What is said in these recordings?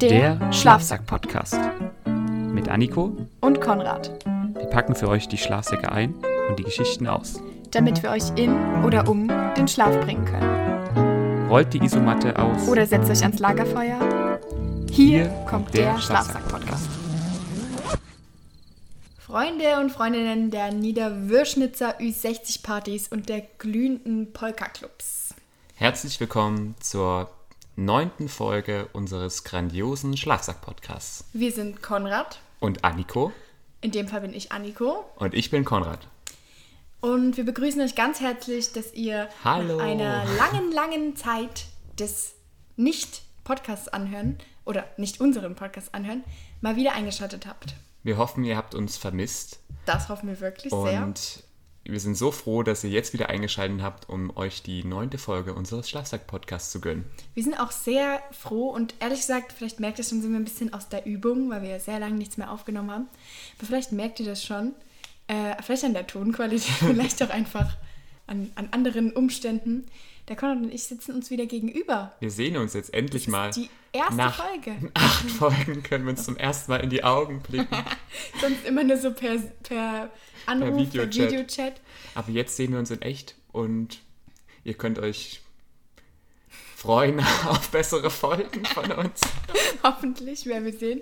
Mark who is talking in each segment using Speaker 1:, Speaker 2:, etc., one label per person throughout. Speaker 1: Der,
Speaker 2: Der
Speaker 1: Schlafsack-Podcast.
Speaker 2: Mit Anniko,
Speaker 1: Und Konrad,
Speaker 2: wir packen für euch die Schlafsäcke ein und die Geschichten aus.
Speaker 1: damit wir euch in oder um den Schlaf bringen können.
Speaker 2: Rollt die Isomatte aus.
Speaker 1: Oder setzt euch ans Lagerfeuer. Hier, kommt der Schlafsack-Podcast. Freunde und Freundinnen der Niederwürschnitzer Ü60-Partys und der glühenden Polka-Clubs.
Speaker 3: Herzlich willkommen zur neunten Folge unseres grandiosen Schlafsack-Podcasts.
Speaker 1: Wir sind Konrad,
Speaker 3: Und Anniko
Speaker 1: in dem Fall bin ich Anniko.
Speaker 3: und ich bin Konrad.
Speaker 1: Und wir begrüßen euch ganz herzlich, dass ihr
Speaker 3: Hallo.
Speaker 1: nach einer langen, langen Zeit des Nicht-Podcasts anhören oder nicht unseren Podcast anhören, mal wieder eingeschaltet habt.
Speaker 3: Wir hoffen, ihr habt uns vermisst
Speaker 1: Das hoffen wir wirklich sehr.
Speaker 3: und wir sind so froh, dass ihr jetzt wieder eingeschaltet habt, um euch die neunte Folge unseres Schlafsack-Podcasts zu gönnen.
Speaker 1: Wir sind auch sehr froh und ehrlich gesagt, vielleicht merkt ihr schon, sind wir ein bisschen aus der Übung, weil wir ja sehr lange nichts mehr aufgenommen haben. Aber vielleicht merkt ihr das schon. Äh, vielleicht an der Tonqualität, vielleicht auch einfach an, an anderen Umständen. Der Konrad und ich sitzen uns wieder gegenüber.
Speaker 3: Wir sehen uns jetzt endlich mal.
Speaker 1: Die erste
Speaker 3: Nach
Speaker 1: Folge.
Speaker 3: acht Folgen können wir uns zum ersten Mal in die Augen blicken.
Speaker 1: Sonst immer nur so per, per Anruf, per Videochat.
Speaker 3: Videochat. Aber jetzt sehen wir uns in echt und ihr könnt euch freuen auf bessere Folgen von uns.
Speaker 1: Hoffentlich werden wir sehen.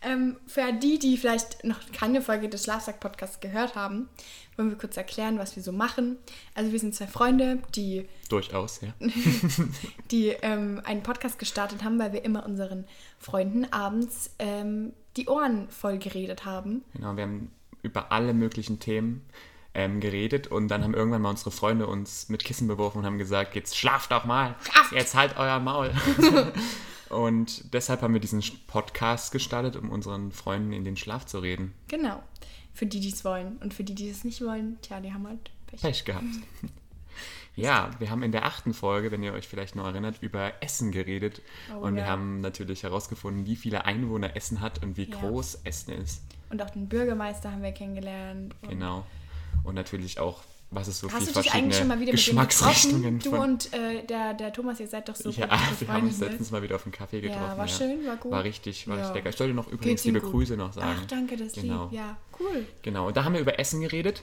Speaker 1: Ähm, für die, die vielleicht noch keine Folge des Schlafsack-Podcasts gehört haben, wollen wir kurz erklären, was wir so machen. Also wir sind zwei Freunde, die,
Speaker 3: Durchaus, ja.
Speaker 1: die ähm, einen Podcast gestartet haben, weil wir immer unseren Freunden abends ähm, die Ohren voll geredet haben.
Speaker 3: Genau, wir haben über alle möglichen Themen ähm, geredet und dann haben irgendwann mal unsere Freunde uns mit Kissen beworfen und haben gesagt, jetzt schlaft doch mal,
Speaker 1: Schlaft!
Speaker 3: jetzt halt euer Maul. und deshalb haben wir diesen Podcast gestartet, um unseren Freunden in den Schlaf zu reden.
Speaker 1: Genau. Für die, die es wollen. Und für die, die es nicht wollen, tja, die haben halt Pech.
Speaker 3: Pech gehabt. Ja, wir haben in der achten Folge, wenn ihr euch vielleicht noch erinnert, über Essen geredet.
Speaker 1: Oh
Speaker 3: und wir
Speaker 1: ja.
Speaker 3: haben natürlich herausgefunden, wie viele Einwohner Essen hat und wie
Speaker 1: Ja.
Speaker 3: groß Essen ist.
Speaker 1: Und auch den Bürgermeister haben wir kennengelernt. Und
Speaker 3: Genau. Und natürlich auch, was es so
Speaker 1: Hast
Speaker 3: viele
Speaker 1: du dich eigentlich
Speaker 3: verschiedene
Speaker 1: schon mal wieder mit dem getroffen?
Speaker 3: Geschmacksrichtungen
Speaker 1: Du
Speaker 3: von.
Speaker 1: und äh, der, der Thomas, ihr seid doch so
Speaker 3: Ja,
Speaker 1: gut
Speaker 3: wir haben uns
Speaker 1: befreundet, ne?
Speaker 3: letztens mal wieder auf einen Kaffee
Speaker 1: Ja,
Speaker 3: getroffen.
Speaker 1: war schön, war gut.
Speaker 3: War richtig, war
Speaker 1: Ja.
Speaker 3: richtig lecker. Ich sollte noch übrigens
Speaker 1: Geht's ihm
Speaker 3: liebe
Speaker 1: gut?
Speaker 3: Grüße noch sagen.
Speaker 1: Ach, danke, das
Speaker 3: genau.
Speaker 1: lieb. Ja, cool.
Speaker 3: Genau, und da haben wir über Essen geredet.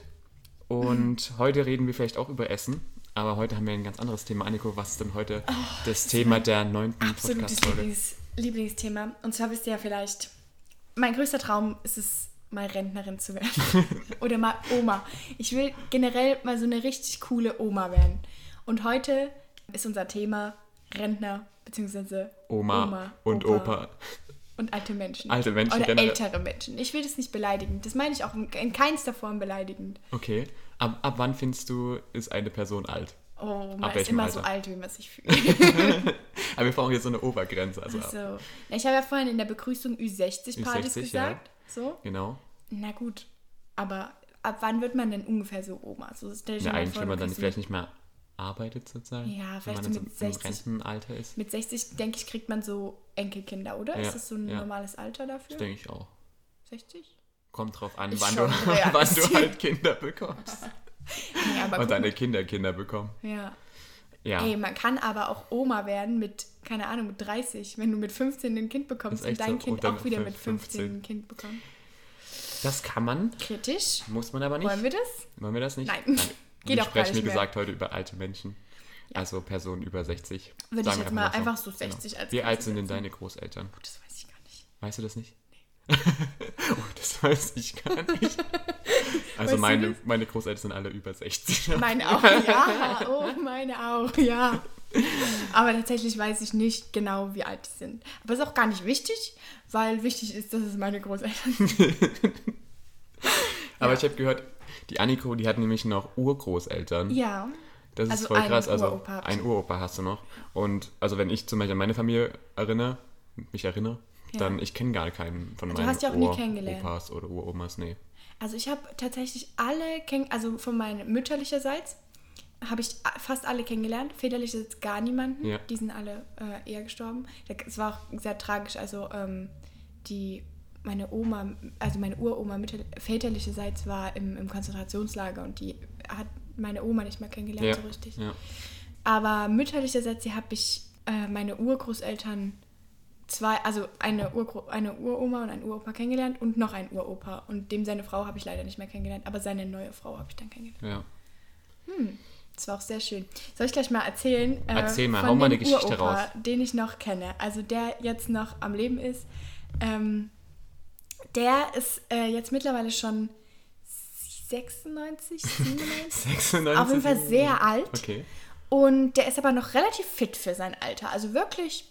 Speaker 3: Und heute reden wir vielleicht auch über Essen. Aber heute haben wir ein ganz anderes Thema. Anniko, was ist denn heute
Speaker 1: Oh,
Speaker 3: das Thema der neunten
Speaker 1: Absolutes
Speaker 3: Podcast-Folge?
Speaker 1: Lieblings Lieblingsthema. Und zwar wisst ihr ja vielleicht, mein größter Traum ist es, mal Rentnerin zu werden. Oder mal Oma. Ich will generell mal so eine richtig coole Oma werden. Und heute ist unser Thema Rentner bzw.
Speaker 3: Oma, und
Speaker 1: Opa.
Speaker 3: Opa.
Speaker 1: Und alte Menschen.
Speaker 3: Alte Menschen
Speaker 1: Oder
Speaker 3: generell.
Speaker 1: ältere Menschen. Ich will das nicht beleidigend. Das meine ich auch in, in keinster Form beleidigend.
Speaker 3: Okay. Ab, ab wann findest du, ist eine Person alt?
Speaker 1: Oh, man
Speaker 3: Ab
Speaker 1: ist
Speaker 3: welchem
Speaker 1: immer so
Speaker 3: Alter?
Speaker 1: alt, wie man sich fühlt.
Speaker 3: Aber wir brauchen jetzt so eine Obergrenze. Also, ab-
Speaker 1: also, na, ich habe ja vorhin in der Begrüßung Ü60-Partys
Speaker 3: Ü60, ja.
Speaker 1: gesagt. So,
Speaker 3: Genau.
Speaker 1: na gut. Aber ab wann wird man denn ungefähr so Oma? So, stell dir
Speaker 3: Ja,
Speaker 1: mal
Speaker 3: eigentlich,
Speaker 1: vor,
Speaker 3: wenn man
Speaker 1: du
Speaker 3: dann
Speaker 1: kriegst
Speaker 3: vielleicht nicht mehr arbeitet sozusagen.
Speaker 1: Ja,
Speaker 3: wenn
Speaker 1: vielleicht so
Speaker 3: man dann so
Speaker 1: mit
Speaker 3: im
Speaker 1: 60.
Speaker 3: Rentenalter ist.
Speaker 1: Mit 60, denke ich, kriegt man so Enkelkinder, oder?
Speaker 3: Ja,
Speaker 1: ist das so ein
Speaker 3: ja.
Speaker 1: normales Alter dafür?
Speaker 3: Das denke ich auch.
Speaker 1: 60?
Speaker 3: Kommt drauf an,
Speaker 1: Ist
Speaker 3: wann
Speaker 1: schon
Speaker 3: du, wann
Speaker 1: realistisch.
Speaker 3: du halt Kinder bekommst.
Speaker 1: Ja, aber
Speaker 3: Und
Speaker 1: gut.
Speaker 3: deine Kinder Kinder bekommen.
Speaker 1: ja.
Speaker 3: Ja.
Speaker 1: Ey, man kann aber auch Oma werden mit, keine Ahnung, mit 30, wenn du mit 15 ein Kind bekommst
Speaker 3: Ist
Speaker 1: und
Speaker 3: echt
Speaker 1: dein
Speaker 3: so.
Speaker 1: Kind
Speaker 3: Und dann
Speaker 1: auch wieder
Speaker 3: mit
Speaker 1: mit 15 ein
Speaker 3: 15.
Speaker 1: Kind bekommt.
Speaker 3: Das kann man,
Speaker 1: Kritisch?
Speaker 3: muss man aber nicht.
Speaker 1: Wollen wir das?
Speaker 3: Wollen wir das nicht?
Speaker 1: Nein. Geht
Speaker 3: Wir
Speaker 1: auch gar
Speaker 3: sprechen,
Speaker 1: nicht
Speaker 3: wie
Speaker 1: mehr.
Speaker 3: gesagt, heute über alte Menschen. Also Personen über 60.
Speaker 1: Würde ich
Speaker 3: Sagen wir
Speaker 1: jetzt mal
Speaker 3: so. Genau.
Speaker 1: einfach so 60 als
Speaker 3: Wie alt
Speaker 1: Grenze
Speaker 3: sind denn
Speaker 1: setzen.
Speaker 3: deine Großeltern?
Speaker 1: Oh, Das weiß ich gar nicht.
Speaker 3: Weißt du das nicht? oh, das weiß ich gar nicht.
Speaker 1: Weißt
Speaker 3: Also
Speaker 1: du
Speaker 3: meine,
Speaker 1: das?
Speaker 3: meine Großeltern sind alle über 60.
Speaker 1: Meine auch, ja. Oh, meine auch, ja. Aber tatsächlich weiß ich nicht genau, wie alt die sind. Aber ist auch gar nicht wichtig, weil wichtig ist, dass es meine Großeltern sind.
Speaker 3: Aber ich habe gehört, die Anniko, die hat nämlich noch Urgroßeltern.
Speaker 1: Ja.
Speaker 3: Das
Speaker 1: Also
Speaker 3: ist voll
Speaker 1: einen
Speaker 3: krass. Also
Speaker 1: Uropa habt
Speaker 3: ein
Speaker 1: ihr.
Speaker 3: Uropa hast du noch. Und also wenn ich zum Beispiel an meine Familie erinnere, mich erinnere,
Speaker 1: Ja.
Speaker 3: dann ich kenne gar keinen von meinen
Speaker 1: hast ja auch nie kennengelernt.
Speaker 3: Uropas oder Uromas. Nee.
Speaker 1: Also ich habe tatsächlich alle kenn also von meiner mütterlicherseits habe ich a- fast alle kennengelernt, väterlicherseits gar niemanden.
Speaker 3: Ja.
Speaker 1: Die sind alle äh, eher gestorben. Da- Es war auch sehr tragisch. Also ähm, die meine Oma, also meine Uroma mütter, väterlicherseits war im, im Konzentrationslager und die hat meine Oma nicht mal kennengelernt so richtig.
Speaker 3: Ja.
Speaker 1: Aber mütterlicherseits die habe ich äh, meine Urgroßeltern zwei, also eine, Urgro eine Uroma und ein Uropa kennengelernt und noch ein Uropa. Und dem seine Frau habe ich leider nicht mehr kennengelernt, aber seine neue Frau habe ich dann kennengelernt.
Speaker 3: Ja.
Speaker 1: Das war auch sehr schön. Soll ich gleich mal erzählen? äh,
Speaker 3: Erzähl mal,
Speaker 1: von
Speaker 3: hau mal
Speaker 1: dem
Speaker 3: eine Geschichte
Speaker 1: Uropa,
Speaker 3: raus.
Speaker 1: Den ich noch kenne, also der jetzt noch am Leben ist. Ähm, der ist äh, jetzt mittlerweile schon 96, 97,
Speaker 3: 96.
Speaker 1: auf jeden Fall sehr alt.
Speaker 3: Okay.
Speaker 1: Und der ist aber noch relativ fit für sein Alter. Also wirklich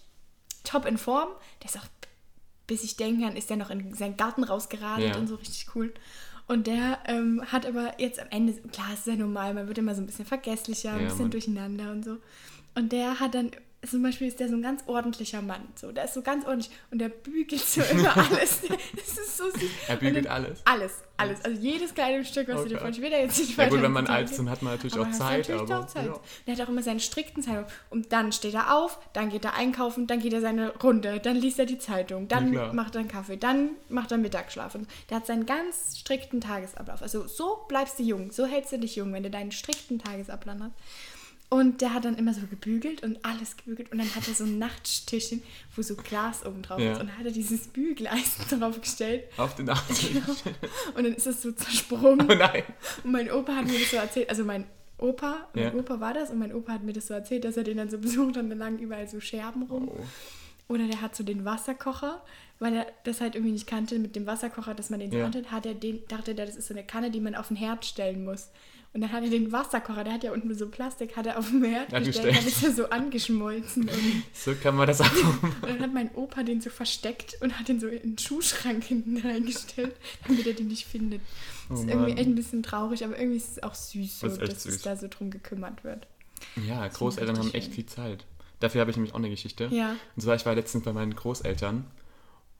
Speaker 1: top in Form. Der ist auch, bis ich denken kann, ist der noch in seinen Garten rausgeradelt
Speaker 3: Ja.
Speaker 1: und so richtig cool. Und der ähm, hat aber jetzt am Ende, klar, es ist ja normal, man wird immer so ein bisschen vergesslicher, ein
Speaker 3: Ja,
Speaker 1: bisschen
Speaker 3: Mann.
Speaker 1: durcheinander und so. Und der hat dann, zum Beispiel ist der so ein ganz ordentlicher Mann. So, der ist so ganz ordentlich und der bügelt so immer alles. Das ist so süß.
Speaker 3: Er bügelt
Speaker 1: Und dann-
Speaker 3: alles?
Speaker 1: Alles, alles. Also jedes kleine Stück, was
Speaker 3: Oh
Speaker 1: du dir
Speaker 3: Gott.
Speaker 1: vorstellst. Ich will da jetzt nicht
Speaker 3: Ja, gut,
Speaker 1: weiter
Speaker 3: wenn man
Speaker 1: ins Detail
Speaker 3: alt ist,
Speaker 1: gehen.
Speaker 3: dann hat man natürlich
Speaker 1: Aber
Speaker 3: auch
Speaker 1: man hat
Speaker 3: Zeit,
Speaker 1: natürlich
Speaker 3: aber-
Speaker 1: auch Zeit.
Speaker 3: ja.
Speaker 1: Und er hat auch immer seinen strikten Zeitplan. Und dann steht er auf, dann geht er einkaufen, dann geht er seine Runde, dann liest er die Zeitung, dann
Speaker 3: klar.
Speaker 1: macht er einen Kaffee, dann macht er Mittagsschlaf. Und der hat seinen ganz strikten Tagesablauf. Also so bleibst du jung, so hältst du dich jung, wenn du deinen strikten Tagesablauf hast. Und der hat dann immer so gebügelt und alles gebügelt. Und dann hat er so ein Nachttischchen, wo so Glas oben drauf
Speaker 3: Ja.
Speaker 1: ist. Und dann hat er dieses Bügeleisen drauf gestellt.
Speaker 3: Auf den Arm.
Speaker 1: Genau. Und dann ist es so zersprungen.
Speaker 3: Oh nein.
Speaker 1: Und mein Opa hat mir das so erzählt, also mein Opa, mein
Speaker 3: Ja.
Speaker 1: Opa war das und mein Opa hat mir das so erzählt, dass er den dann so besucht hat und dann lagen überall so Scherben rum.
Speaker 3: Oh.
Speaker 1: Oder der hat so den Wasserkocher, weil er das halt irgendwie nicht kannte mit dem Wasserkocher, dass man den so
Speaker 3: Ja.
Speaker 1: kannte, hat er den, dachte der, das ist so eine Kanne, die man auf den Herd stellen muss. Und dann hat er den Wasserkocher, der hat ja unten so Plastik, hat er auf den Herd
Speaker 3: Ja,
Speaker 1: gestellt,
Speaker 3: gestellt.
Speaker 1: dann ist er so angeschmolzen. Und
Speaker 3: So kann man das auch machen.
Speaker 1: und dann hat mein Opa den so versteckt und hat den so in den Schuhschrank hinten reingestellt, damit er den nicht findet. Das ist
Speaker 3: Oh
Speaker 1: irgendwie
Speaker 3: Mann.
Speaker 1: echt ein bisschen traurig, aber irgendwie ist es auch süß, so,
Speaker 3: Das ist echt
Speaker 1: dass
Speaker 3: süß.
Speaker 1: es da so drum gekümmert wird.
Speaker 3: Ja, Großeltern haben
Speaker 1: richtig
Speaker 3: echt
Speaker 1: schön.
Speaker 3: viel Zeit. Dafür habe ich nämlich auch eine Geschichte.
Speaker 1: Ja.
Speaker 3: Und zwar, ich war letztens bei meinen Großeltern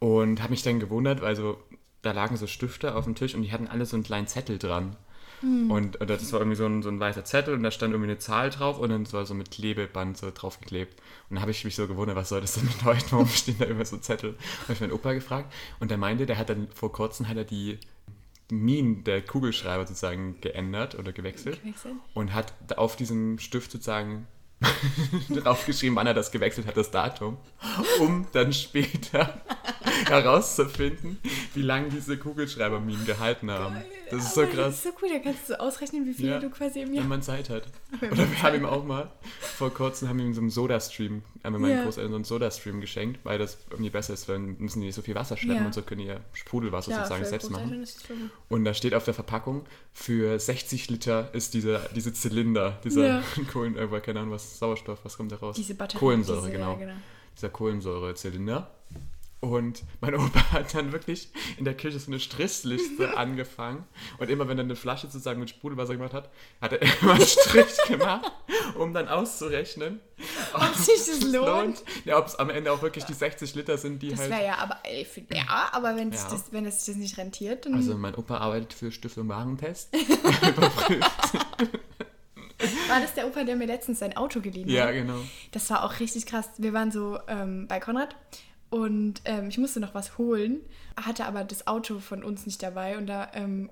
Speaker 3: und habe mich dann gewundert, weil so, da lagen so Stifte auf dem Tisch und die hatten alle so einen kleinen Zettel dran.
Speaker 1: Mhm.
Speaker 3: Und, und das war irgendwie so ein, so ein weißer Zettel und da stand irgendwie eine Zahl drauf und dann war so mit Klebeband so draufgeklebt. Und dann habe ich mich so gewundert, was soll das denn bedeuten? Warum stehen da immer so Zettel? Habe ich meinen Opa gefragt und der meinte, der hat dann vor kurzem hat er die Minen der Kugelschreiber sozusagen geändert oder gewechselt
Speaker 1: Gewechselt.
Speaker 3: und hat da auf diesem Stift sozusagen draufgeschrieben, wann er das gewechselt hat, das Datum, um dann später herauszufinden, wie lange diese Kugelschreiberminen gehalten haben. Das ist so
Speaker 1: Aber Das
Speaker 3: krass,
Speaker 1: ist so cool, da kannst du so ausrechnen, wie viel
Speaker 3: Ja.
Speaker 1: du quasi im
Speaker 3: wenn
Speaker 1: Jahr.
Speaker 3: man Zeit hat. Oder wir haben ihm auch mal, vor kurzem haben wir ihm so einen Soda-Stream, haben wir meinen
Speaker 1: Ja.
Speaker 3: Großeltern so einen Soda-Stream geschenkt, weil das irgendwie besser ist, weil dann müssen die nicht so viel Wasser schleppen
Speaker 1: Ja.
Speaker 3: und so können die ja Sprudelwasser sozusagen
Speaker 1: für
Speaker 3: selbst machen.
Speaker 1: Großeltern ist es schon-
Speaker 3: Und da steht auf der Verpackung, für 60 Liter ist dieser, diese Zylinder, dieser
Speaker 1: Ja.
Speaker 3: Kohlen, äh, keine Ahnung, was Sauerstoff, was kommt da raus?
Speaker 1: Diese Batterie.
Speaker 3: Kohlensäure,
Speaker 1: diese,
Speaker 3: genau.
Speaker 1: Ja, genau.
Speaker 3: Dieser Kohlensäurezylinder. Und mein Opa hat dann wirklich in der Küche so eine Strichliste angefangen. Und immer wenn er eine Flasche sozusagen mit Sprudelwasser gemacht hat, hat er immer einen Strich gemacht, um dann auszurechnen,
Speaker 1: Ob sich das
Speaker 3: es
Speaker 1: lohnt?
Speaker 3: Ja, ob es am Ende auch wirklich die 60 Liter sind, die
Speaker 1: Das
Speaker 3: halt.
Speaker 1: wäre ja, aber ey, für, ja, aber wenn es
Speaker 3: Ja.
Speaker 1: das, wenn es das nicht rentiert, dann
Speaker 3: Also mein Opa arbeitet für Stiftung Warentest.
Speaker 1: war das der Opa, der mir letztens sein Auto geliehen hat.
Speaker 3: ja, genau.
Speaker 1: Das war auch richtig krass. Wir waren so ähm, bei Konrad und ähm, ich musste noch was holen, hatte aber das Auto von uns nicht dabei und da, ähm,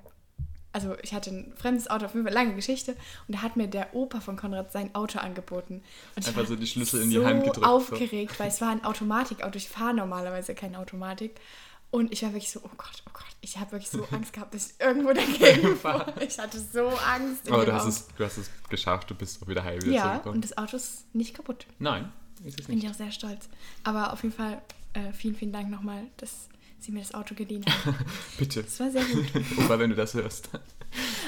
Speaker 1: also ich hatte ein fremdes Auto, auf jeden Fall lange Geschichte und da hat mir der Opa von Konrad sein Auto angeboten. Und ich
Speaker 3: Einfach
Speaker 1: war
Speaker 3: so die Schlüssel in die Hand gedrückt, so.
Speaker 1: aufgeregt, weil es war ein Automatikauto. Ich fahre normalerweise keine Automatik. Und ich war wirklich so, oh Gott, oh Gott, ich habe wirklich so Angst gehabt, dass ich irgendwo dagegen fahre. Ich hatte so Angst. in
Speaker 3: Aber
Speaker 1: dem
Speaker 3: du hast,
Speaker 1: Auto.
Speaker 3: es, du hast es geschafft, du bist auch wieder heil wieder
Speaker 1: Genau. Ja,
Speaker 3: zurückgekommen.
Speaker 1: und das Auto ist nicht kaputt.
Speaker 3: Nein, ist es
Speaker 1: Bin
Speaker 3: nicht.
Speaker 1: ich auch sehr stolz. Aber auf jeden Fall äh, vielen, vielen Dank nochmal, dass Sie mir das Auto geliehen haben.
Speaker 3: Bitte,
Speaker 1: Das war sehr gut.
Speaker 3: Opa, wenn du das hörst.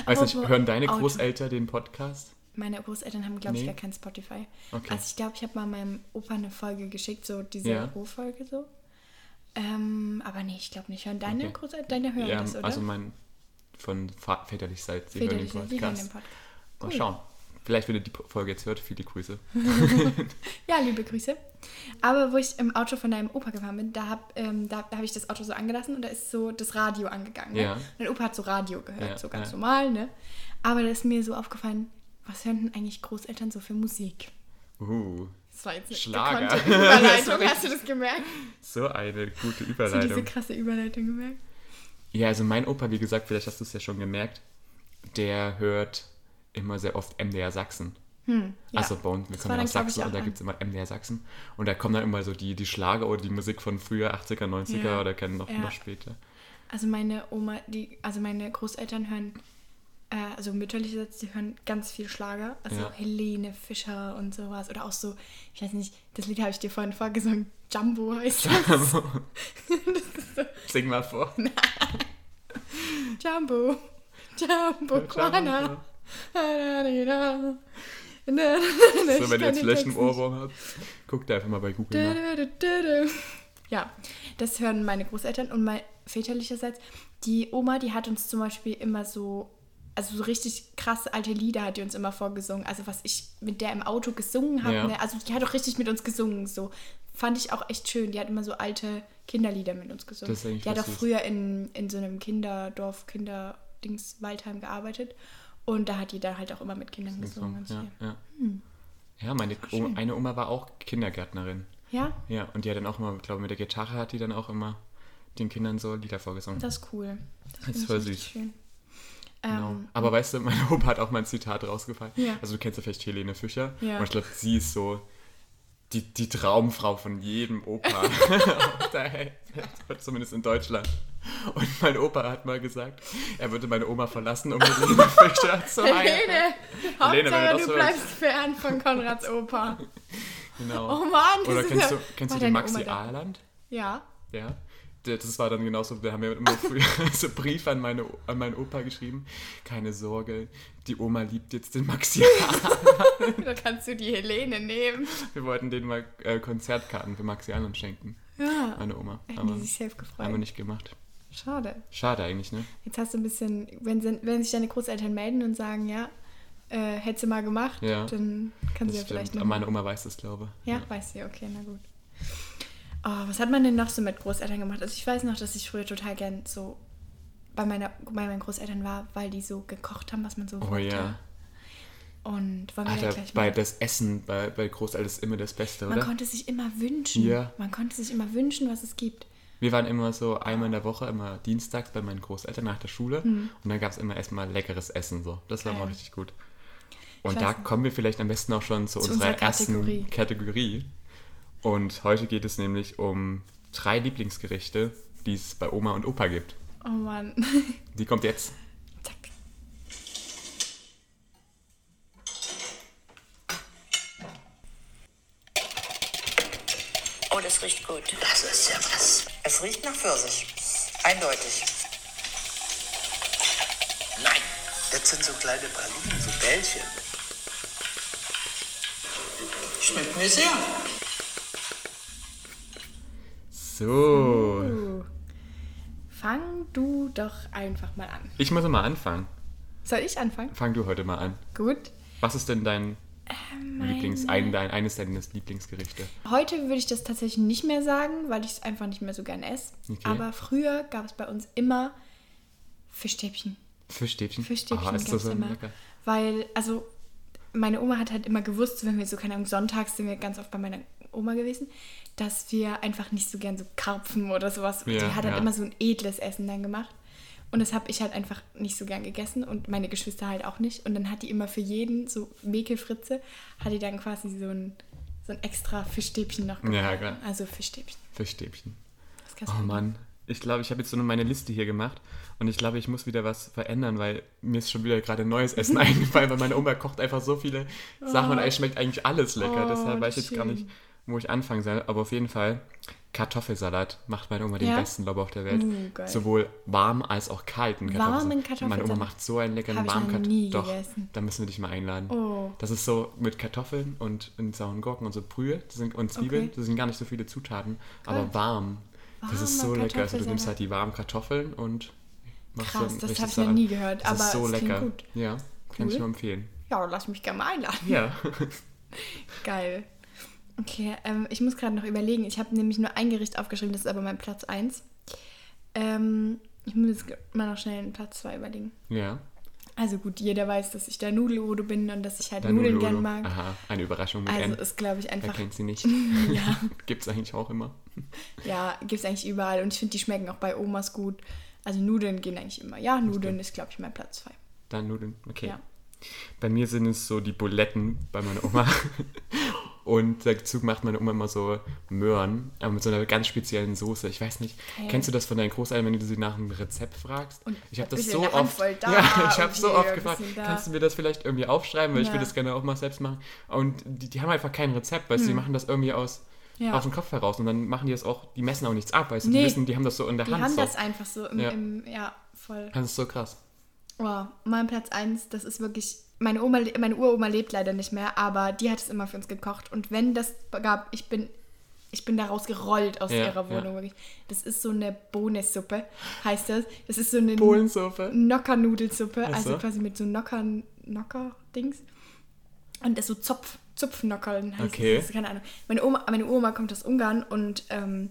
Speaker 3: Weiß nicht,
Speaker 1: Apropos
Speaker 3: hören deine
Speaker 1: Auto.
Speaker 3: Großeltern den Podcast?
Speaker 1: Meine Großeltern haben, glaube ich,
Speaker 3: Nee.
Speaker 1: gar kein Spotify.
Speaker 3: Okay.
Speaker 1: Also ich glaube, ich habe mal meinem Opa eine Folge geschickt, so diese
Speaker 3: Ja.
Speaker 1: Rohfolge so. Ähm, aber nee, ich glaube nicht. Hören deine
Speaker 3: Okay.
Speaker 1: Großeltern, deine hören
Speaker 3: Ja,
Speaker 1: das, oder?
Speaker 3: also mein von Fa- väterlich seid, sie hören den
Speaker 1: Väterlich, die hören
Speaker 3: Podcast.
Speaker 1: den Podcast.
Speaker 3: Mal schauen. Vielleicht, wenn ihr die Folge jetzt hört, viele Grüße.
Speaker 1: Ja, liebe Grüße. Aber wo ich im Auto von deinem Opa gefahren bin, da habe ähm, da, da hab ich das Auto so angelassen und da ist so das Radio angegangen. Ne?
Speaker 3: Ja.
Speaker 1: Und mein Opa hat so Radio gehört,
Speaker 3: Ja,
Speaker 1: so ganz
Speaker 3: ja.
Speaker 1: normal. Ne? Aber da ist mir so aufgefallen, was hören denn eigentlich Großeltern so für Musik?
Speaker 3: Uh,
Speaker 1: Das war jetzt eine
Speaker 3: Schlager.
Speaker 1: gekonnte Überleitung, hast du das gemerkt?
Speaker 3: so eine gute
Speaker 1: Hast du diese
Speaker 3: Überleitung.
Speaker 1: krasse Überleitung gemerkt?
Speaker 3: Ja, also mein Opa, wie gesagt, vielleicht hast du es ja schon gemerkt, der hört immer sehr oft MDR Sachsen.
Speaker 1: ja.
Speaker 3: Also bei uns, wir
Speaker 1: Das war
Speaker 3: kommen ja
Speaker 1: dann,
Speaker 3: aus
Speaker 1: glaub ich,
Speaker 3: Sachsen
Speaker 1: auch ähm,
Speaker 3: und da
Speaker 1: ein-
Speaker 3: gibt es immer MDR Sachsen. Und da kommen dann immer so die, die Schlager oder die Musik von früher, 80er, 90er
Speaker 1: Ja.
Speaker 3: oder kennen noch,
Speaker 1: Ja.
Speaker 3: noch später.
Speaker 1: Also meine Oma, die, also meine Großeltern hören, äh, also mütterlicherseits, die hören ganz viel Schlager. Also
Speaker 3: Ja.
Speaker 1: Helene Fischer und sowas. Oder auch so, ich weiß nicht, das Lied habe ich dir vorhin vorgesungen. Jumbo heißt das.
Speaker 3: Sing mal vor.
Speaker 1: Oh Jumbo. Jumbo Quana. So,
Speaker 3: So, wenn
Speaker 1: wenn
Speaker 3: ihr jetzt vielleicht einen Ohrwurm habt, guckt einfach mal bei Google nach.
Speaker 1: Dö-dö-dö-dö-dö. Ja, das hören meine Großeltern und mein väterlicherseits. Die Oma, die hat uns zum Beispiel immer so, also so richtig krasse alte Lieder hat die uns immer vorgesungen. Also was ich mit der im Auto gesungen habe.
Speaker 3: Ja.
Speaker 1: Ne? Also die hat auch richtig mit uns gesungen. So fand ich auch echt schön. Die hat immer so alte Kinderlieder mit uns gesungen.
Speaker 3: Das ist eigentlich
Speaker 1: die hat auch
Speaker 3: voll süß.
Speaker 1: früher in, in so einem Kinderdorf, Kinderdings Waldheim gearbeitet. Und da hat die dann halt auch immer mit Kindern gesungen.
Speaker 3: Ja,
Speaker 1: ganz
Speaker 3: ja.
Speaker 1: Hm.
Speaker 3: ja meine Oma, eine Oma war auch Kindergärtnerin.
Speaker 1: viel. ja,
Speaker 3: Ja, und die hat dann auch immer, glaube ich, mit der Gitarre hat die dann auch immer den Kindern so Lieder vorgesungen.
Speaker 1: das ist cool.
Speaker 3: Das
Speaker 1: finde
Speaker 3: ist
Speaker 1: ich
Speaker 3: voll
Speaker 1: richtig
Speaker 3: süß.
Speaker 1: Schön.
Speaker 3: Genau.
Speaker 1: Ähm,
Speaker 3: Aber weißt du, mein Opa hat auch mein Zitat rausgefallen.
Speaker 1: Ja.
Speaker 3: Also du kennst ja vielleicht Helene Fischer.
Speaker 1: Ja.
Speaker 3: Und ich glaube, sie ist so die, die Traumfrau von jedem Opa. auf der Welt. Zumindest in Deutschland. Und mein Opa hat mal gesagt, er würde meine Oma verlassen, um mit Helene Fischer zu heiraten.
Speaker 1: Helene,
Speaker 3: Helene, wenn
Speaker 1: Hauptsache
Speaker 3: du das
Speaker 1: du bleibst fern von Konrads Opa.
Speaker 3: Genau.
Speaker 1: Oh Mann, das
Speaker 3: Oder
Speaker 1: ist
Speaker 3: kennst
Speaker 1: ja...
Speaker 3: du, kennst
Speaker 1: War
Speaker 3: du
Speaker 1: deine
Speaker 3: die Maxi
Speaker 1: Oma da?
Speaker 3: Ahland?
Speaker 1: Ja.
Speaker 3: Ja. D- Das war dann genauso, wir haben ja immer früher so Briefe an, meine, an meinen Opa geschrieben. Keine Sorge, die Oma liebt jetzt den Maxi.
Speaker 1: Da kannst du die Helene nehmen.
Speaker 3: Wir wollten denen mal äh, Konzertkarten für Maxi Allen schenken.
Speaker 1: Ja.
Speaker 3: Meine Oma.
Speaker 1: Hätten
Speaker 3: Aber
Speaker 1: die sich safe
Speaker 3: haben wir
Speaker 1: gefreut.
Speaker 3: nicht gemacht.
Speaker 1: Schade.
Speaker 3: Schade eigentlich, ne?
Speaker 1: Jetzt hast du ein bisschen... Wenn, sie- wenn sich deine Großeltern melden und sagen, ja, äh, hättest du mal gemacht,
Speaker 3: Ja.
Speaker 1: dann kann sie ja
Speaker 3: Das
Speaker 1: vielleicht
Speaker 3: stimmt.
Speaker 1: noch...
Speaker 3: Aber meine Oma weiß das, glaube ich.
Speaker 1: Ja, weiß sie, okay, na gut. Oh, was hat man denn noch so mit Großeltern gemacht? Also ich weiß noch, dass ich früher total gern so bei, meiner, bei meinen Großeltern war, weil die so gekocht haben, was man so
Speaker 3: Oh
Speaker 1: wollte.
Speaker 3: ja.
Speaker 1: Und wollen wir da
Speaker 3: Alter,
Speaker 1: gleich
Speaker 3: bei
Speaker 1: mal...
Speaker 3: das Essen bei, bei Großeltern ist immer das Beste,
Speaker 1: Man
Speaker 3: oder?
Speaker 1: konnte sich immer wünschen.
Speaker 3: Ja.
Speaker 1: Man konnte sich immer wünschen, was es gibt.
Speaker 3: Wir waren immer so einmal in der Woche, immer dienstags bei meinen Großeltern nach der Schule. Und dann gab es immer erstmal leckeres Essen. So. Das war
Speaker 1: Mhm. Geil.
Speaker 3: mal richtig gut. Und
Speaker 1: Ich
Speaker 3: da
Speaker 1: weiß nicht.
Speaker 3: kommen wir vielleicht am besten auch schon zu,
Speaker 1: Zu
Speaker 3: unserer,
Speaker 1: unserer Kategorie.
Speaker 3: ersten Kategorie. Und heute geht es nämlich um drei Lieblingsgerichte, die es bei Oma und Opa gibt.
Speaker 1: Oh Mann.
Speaker 3: Die kommt jetzt.
Speaker 1: Zack.
Speaker 4: Oh, das riecht gut.
Speaker 5: Das ist ja was.
Speaker 4: Es riecht nach Pfirsich. Eindeutig.
Speaker 5: Nein, das sind so kleine Pralinen, so Bällchen.
Speaker 4: Schmeckt mir sehr.
Speaker 3: So.
Speaker 1: Fang du doch einfach mal an.
Speaker 3: Ich muss mal anfangen.
Speaker 1: Soll ich anfangen?
Speaker 3: Fang du heute mal an.
Speaker 1: Gut.
Speaker 3: Was ist denn dein
Speaker 1: Äh,
Speaker 3: Lieblings, ein, dein, eines deines Lieblingsgerichte?
Speaker 1: Heute würde ich das tatsächlich nicht mehr sagen, weil ich es einfach nicht mehr so gern esse.
Speaker 3: Okay.
Speaker 1: Aber früher gab es bei uns immer Fischstäbchen.
Speaker 3: Fischstäbchen.
Speaker 1: Fischstäbchen
Speaker 3: Ah, ist das
Speaker 1: gab's
Speaker 3: so
Speaker 1: immer.
Speaker 3: lecker.
Speaker 1: Weil, also, meine Oma hat halt immer gewusst, wenn wir so, keine Ahnung, sonntags sind wir ganz oft bei meiner Oma gewesen, dass wir einfach nicht so gern so Karpfen oder sowas. Die
Speaker 3: Ja,
Speaker 1: hat halt
Speaker 3: ja.
Speaker 1: immer so ein edles Essen dann gemacht. Und das habe ich halt einfach nicht so gern gegessen und meine Geschwister halt auch nicht. Und dann hat die immer für jeden, so Mäkelfritze, hat die dann quasi so ein, so ein extra Fischstäbchen noch gemacht.
Speaker 3: Ja, klar.
Speaker 1: Also Fischstäbchen.
Speaker 3: Fischstäbchen.
Speaker 1: Das kannst du
Speaker 3: Oh
Speaker 1: nicht.
Speaker 3: Mann. Ich glaube, ich habe jetzt so nur meine Liste hier gemacht und ich glaube, ich muss wieder was verändern, weil mir ist schon wieder gerade neues Essen eingefallen, weil meine Oma kocht einfach so viele Sachen und es schmeckt eigentlich alles lecker.
Speaker 1: Oh,
Speaker 3: Deshalb weiß
Speaker 1: das
Speaker 3: ich jetzt gar
Speaker 1: schön.
Speaker 3: nicht, wo ich anfangen soll. Aber auf jeden Fall, Kartoffelsalat macht meine Oma den
Speaker 1: Ja?
Speaker 3: besten Lob auf der Welt.
Speaker 1: Uh, geil.
Speaker 3: Sowohl warm als auch kalten
Speaker 1: Warmen
Speaker 3: Meine Oma
Speaker 1: Kartoffelsalat?
Speaker 3: macht so einen leckeren
Speaker 1: Hab ich
Speaker 3: warmen
Speaker 1: noch nie
Speaker 3: Kartoffelsalat. Doch,
Speaker 1: gegessen.
Speaker 3: da müssen wir dich mal einladen.
Speaker 1: Oh.
Speaker 3: Das ist so mit Kartoffeln und, und sauren Gurken und so Brühe das sind, und Zwiebeln.
Speaker 1: Okay.
Speaker 3: Das sind gar nicht so viele Zutaten,
Speaker 1: Geil.
Speaker 3: aber warm. Das ist so
Speaker 1: Warmer
Speaker 3: lecker. Also du nimmst
Speaker 1: Kartoffelsalat.
Speaker 3: halt die warmen Kartoffeln und machst
Speaker 1: Krass,
Speaker 3: so
Speaker 1: das
Speaker 3: richtig
Speaker 1: hab ich noch
Speaker 3: Salat.
Speaker 1: nie gehört,
Speaker 3: Das ist
Speaker 1: aber
Speaker 3: so
Speaker 1: es klingt
Speaker 3: lecker.
Speaker 1: gut.
Speaker 3: Ja, kann ich
Speaker 1: Cool.
Speaker 3: nur empfehlen.
Speaker 1: Ja, lass mich gerne mal einladen.
Speaker 3: Ja.
Speaker 1: Geil. Okay, ähm, ich muss gerade noch überlegen. Ich habe nämlich nur ein Gericht aufgeschrieben, das ist aber mein Platz 1. Ähm, ich muss jetzt ge- mal noch schnell einen Platz 2 überlegen.
Speaker 3: ja.
Speaker 1: Also gut, jeder weiß, dass ich der Nudelodo bin und dass ich halt
Speaker 3: Dann
Speaker 1: Nudeln
Speaker 3: Nudelolo.
Speaker 1: gern mag.
Speaker 3: Aha, eine Überraschung mit
Speaker 1: Also
Speaker 3: N.
Speaker 1: ist, glaube ich,
Speaker 3: Wer
Speaker 1: einfach.
Speaker 3: kennt sie nicht?
Speaker 1: Ja,
Speaker 3: Gibt's eigentlich auch immer.
Speaker 1: ja gibt es eigentlich überall. Und ich finde, die schmecken auch bei Omas gut. Also Nudeln gehen eigentlich immer. Ja, Nudeln ist, glaube ich, mein Platz 2.
Speaker 3: Dann Nudeln. Okay.
Speaker 1: Ja.
Speaker 3: Bei mir sind es so die Buletten bei meiner Oma. Und dazu macht meine Oma immer so Möhren, aber mit so einer ganz speziellen Soße. Ich weiß nicht,
Speaker 1: Okay.
Speaker 3: kennst du das von deinen Großeltern, wenn du sie nach einem Rezept fragst?
Speaker 1: Und
Speaker 3: ich
Speaker 1: ein
Speaker 3: habe das
Speaker 1: bisschen
Speaker 3: so
Speaker 1: eine
Speaker 3: oft.
Speaker 1: Handvoll da
Speaker 3: ja, ich habe
Speaker 1: und
Speaker 3: so
Speaker 1: hier
Speaker 3: oft
Speaker 1: ein
Speaker 3: gefragt,
Speaker 1: bisschen da.
Speaker 3: kannst du mir das vielleicht irgendwie aufschreiben, weil ich
Speaker 1: Ja.
Speaker 3: will das gerne auch mal selbst machen. Und die, die haben einfach kein Rezept, weißt du, die machen das irgendwie aus,
Speaker 1: Hm. Ja.
Speaker 3: aus dem Kopf heraus. Und dann machen die das auch, die messen auch nichts ab, weißt du, die
Speaker 1: Nee.
Speaker 3: wissen, die haben das so in der
Speaker 1: Die
Speaker 3: Hand.
Speaker 1: haben
Speaker 3: so.
Speaker 1: das einfach so im,
Speaker 3: Ja.
Speaker 1: ja, im, ja voll.
Speaker 3: das ist so krass.
Speaker 1: Wow, Oh, mein Platz 1, das ist wirklich. Meine, Oma, le- meine Uroma lebt leider nicht mehr, aber die hat es immer für uns gekocht. Und wenn das gab, ich bin, ich bin daraus gerollt aus
Speaker 3: Ja,
Speaker 1: ihrer Wohnung.
Speaker 3: ja.
Speaker 1: Wirklich. Das ist so eine Bohnensuppe, heißt das. Das ist so eine
Speaker 3: Bohlensuppe?
Speaker 1: Hm. Nocker-Nudelsuppe,
Speaker 3: Ach
Speaker 1: also
Speaker 3: so.
Speaker 1: quasi mit so Nockern, Nocker-Dings. Und das so Zopf, Zupfnockerln heißt
Speaker 3: Okay.
Speaker 1: das. das ist keine Ahnung. Meine Oma, meine Oma kommt aus Ungarn und ähm,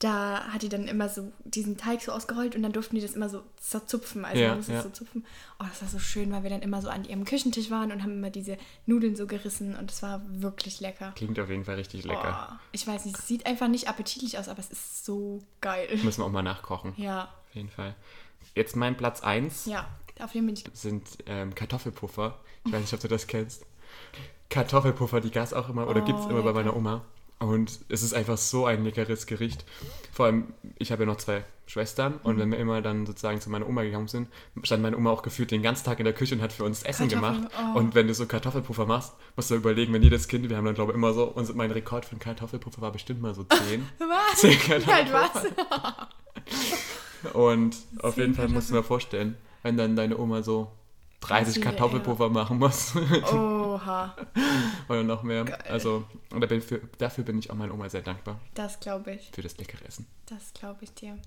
Speaker 1: da hat die dann immer so diesen Teig so ausgerollt und dann durften die das immer so zerzupfen. Also
Speaker 3: Ja,
Speaker 1: man muss es
Speaker 3: ja.
Speaker 1: so zupfen. Oh, das war so schön, weil wir dann immer so an ihrem Küchentisch waren und haben immer diese Nudeln so gerissen und es war wirklich lecker.
Speaker 3: Klingt auf jeden Fall richtig lecker.
Speaker 1: Oh, ich weiß nicht, es sieht einfach nicht appetitlich aus, aber es ist so geil.
Speaker 3: Müssen wir auch mal nachkochen.
Speaker 1: Ja,
Speaker 3: Auf jeden Fall. Jetzt mein Platz 1
Speaker 1: ja, auf jeden bin ich.
Speaker 3: sind ähm, Kartoffelpuffer. Ich weiß nicht, ob du das kennst. Kartoffelpuffer, die gab es auch immer oder
Speaker 1: Oh,
Speaker 3: gibt's gibt es immer bei
Speaker 1: lecker.
Speaker 3: meiner Oma. Und es ist einfach so ein leckeres Gericht. Vor allem, ich habe ja noch zwei Schwestern
Speaker 1: Mhm.
Speaker 3: und wenn wir immer dann sozusagen zu meiner Oma gegangen sind, stand meine Oma auch gefühlt den ganzen Tag in der Küche und hat für uns Essen
Speaker 1: Kartoffeln,
Speaker 3: gemacht.
Speaker 1: oh.
Speaker 3: Und wenn du so Kartoffelpuffer machst, musst du überlegen, wenn jedes Kind, wir haben dann glaube ich immer so, und mein Rekord für einen Kartoffelpuffer war bestimmt mal so 10.
Speaker 1: Halt, Was?
Speaker 3: Zehn
Speaker 1: Wie alt warst du?
Speaker 3: Und auf jeden Fall musst du mir vorstellen, wenn dann deine Oma so 30
Speaker 1: Ganz viele,
Speaker 3: Kartoffelpuffer machen muss
Speaker 1: Oha,
Speaker 3: oder noch mehr. Also, und da bin für, dafür bin ich auch meiner Oma sehr dankbar,
Speaker 1: das glaube ich.
Speaker 3: für das leckere Essen.
Speaker 1: Das glaube ich dir.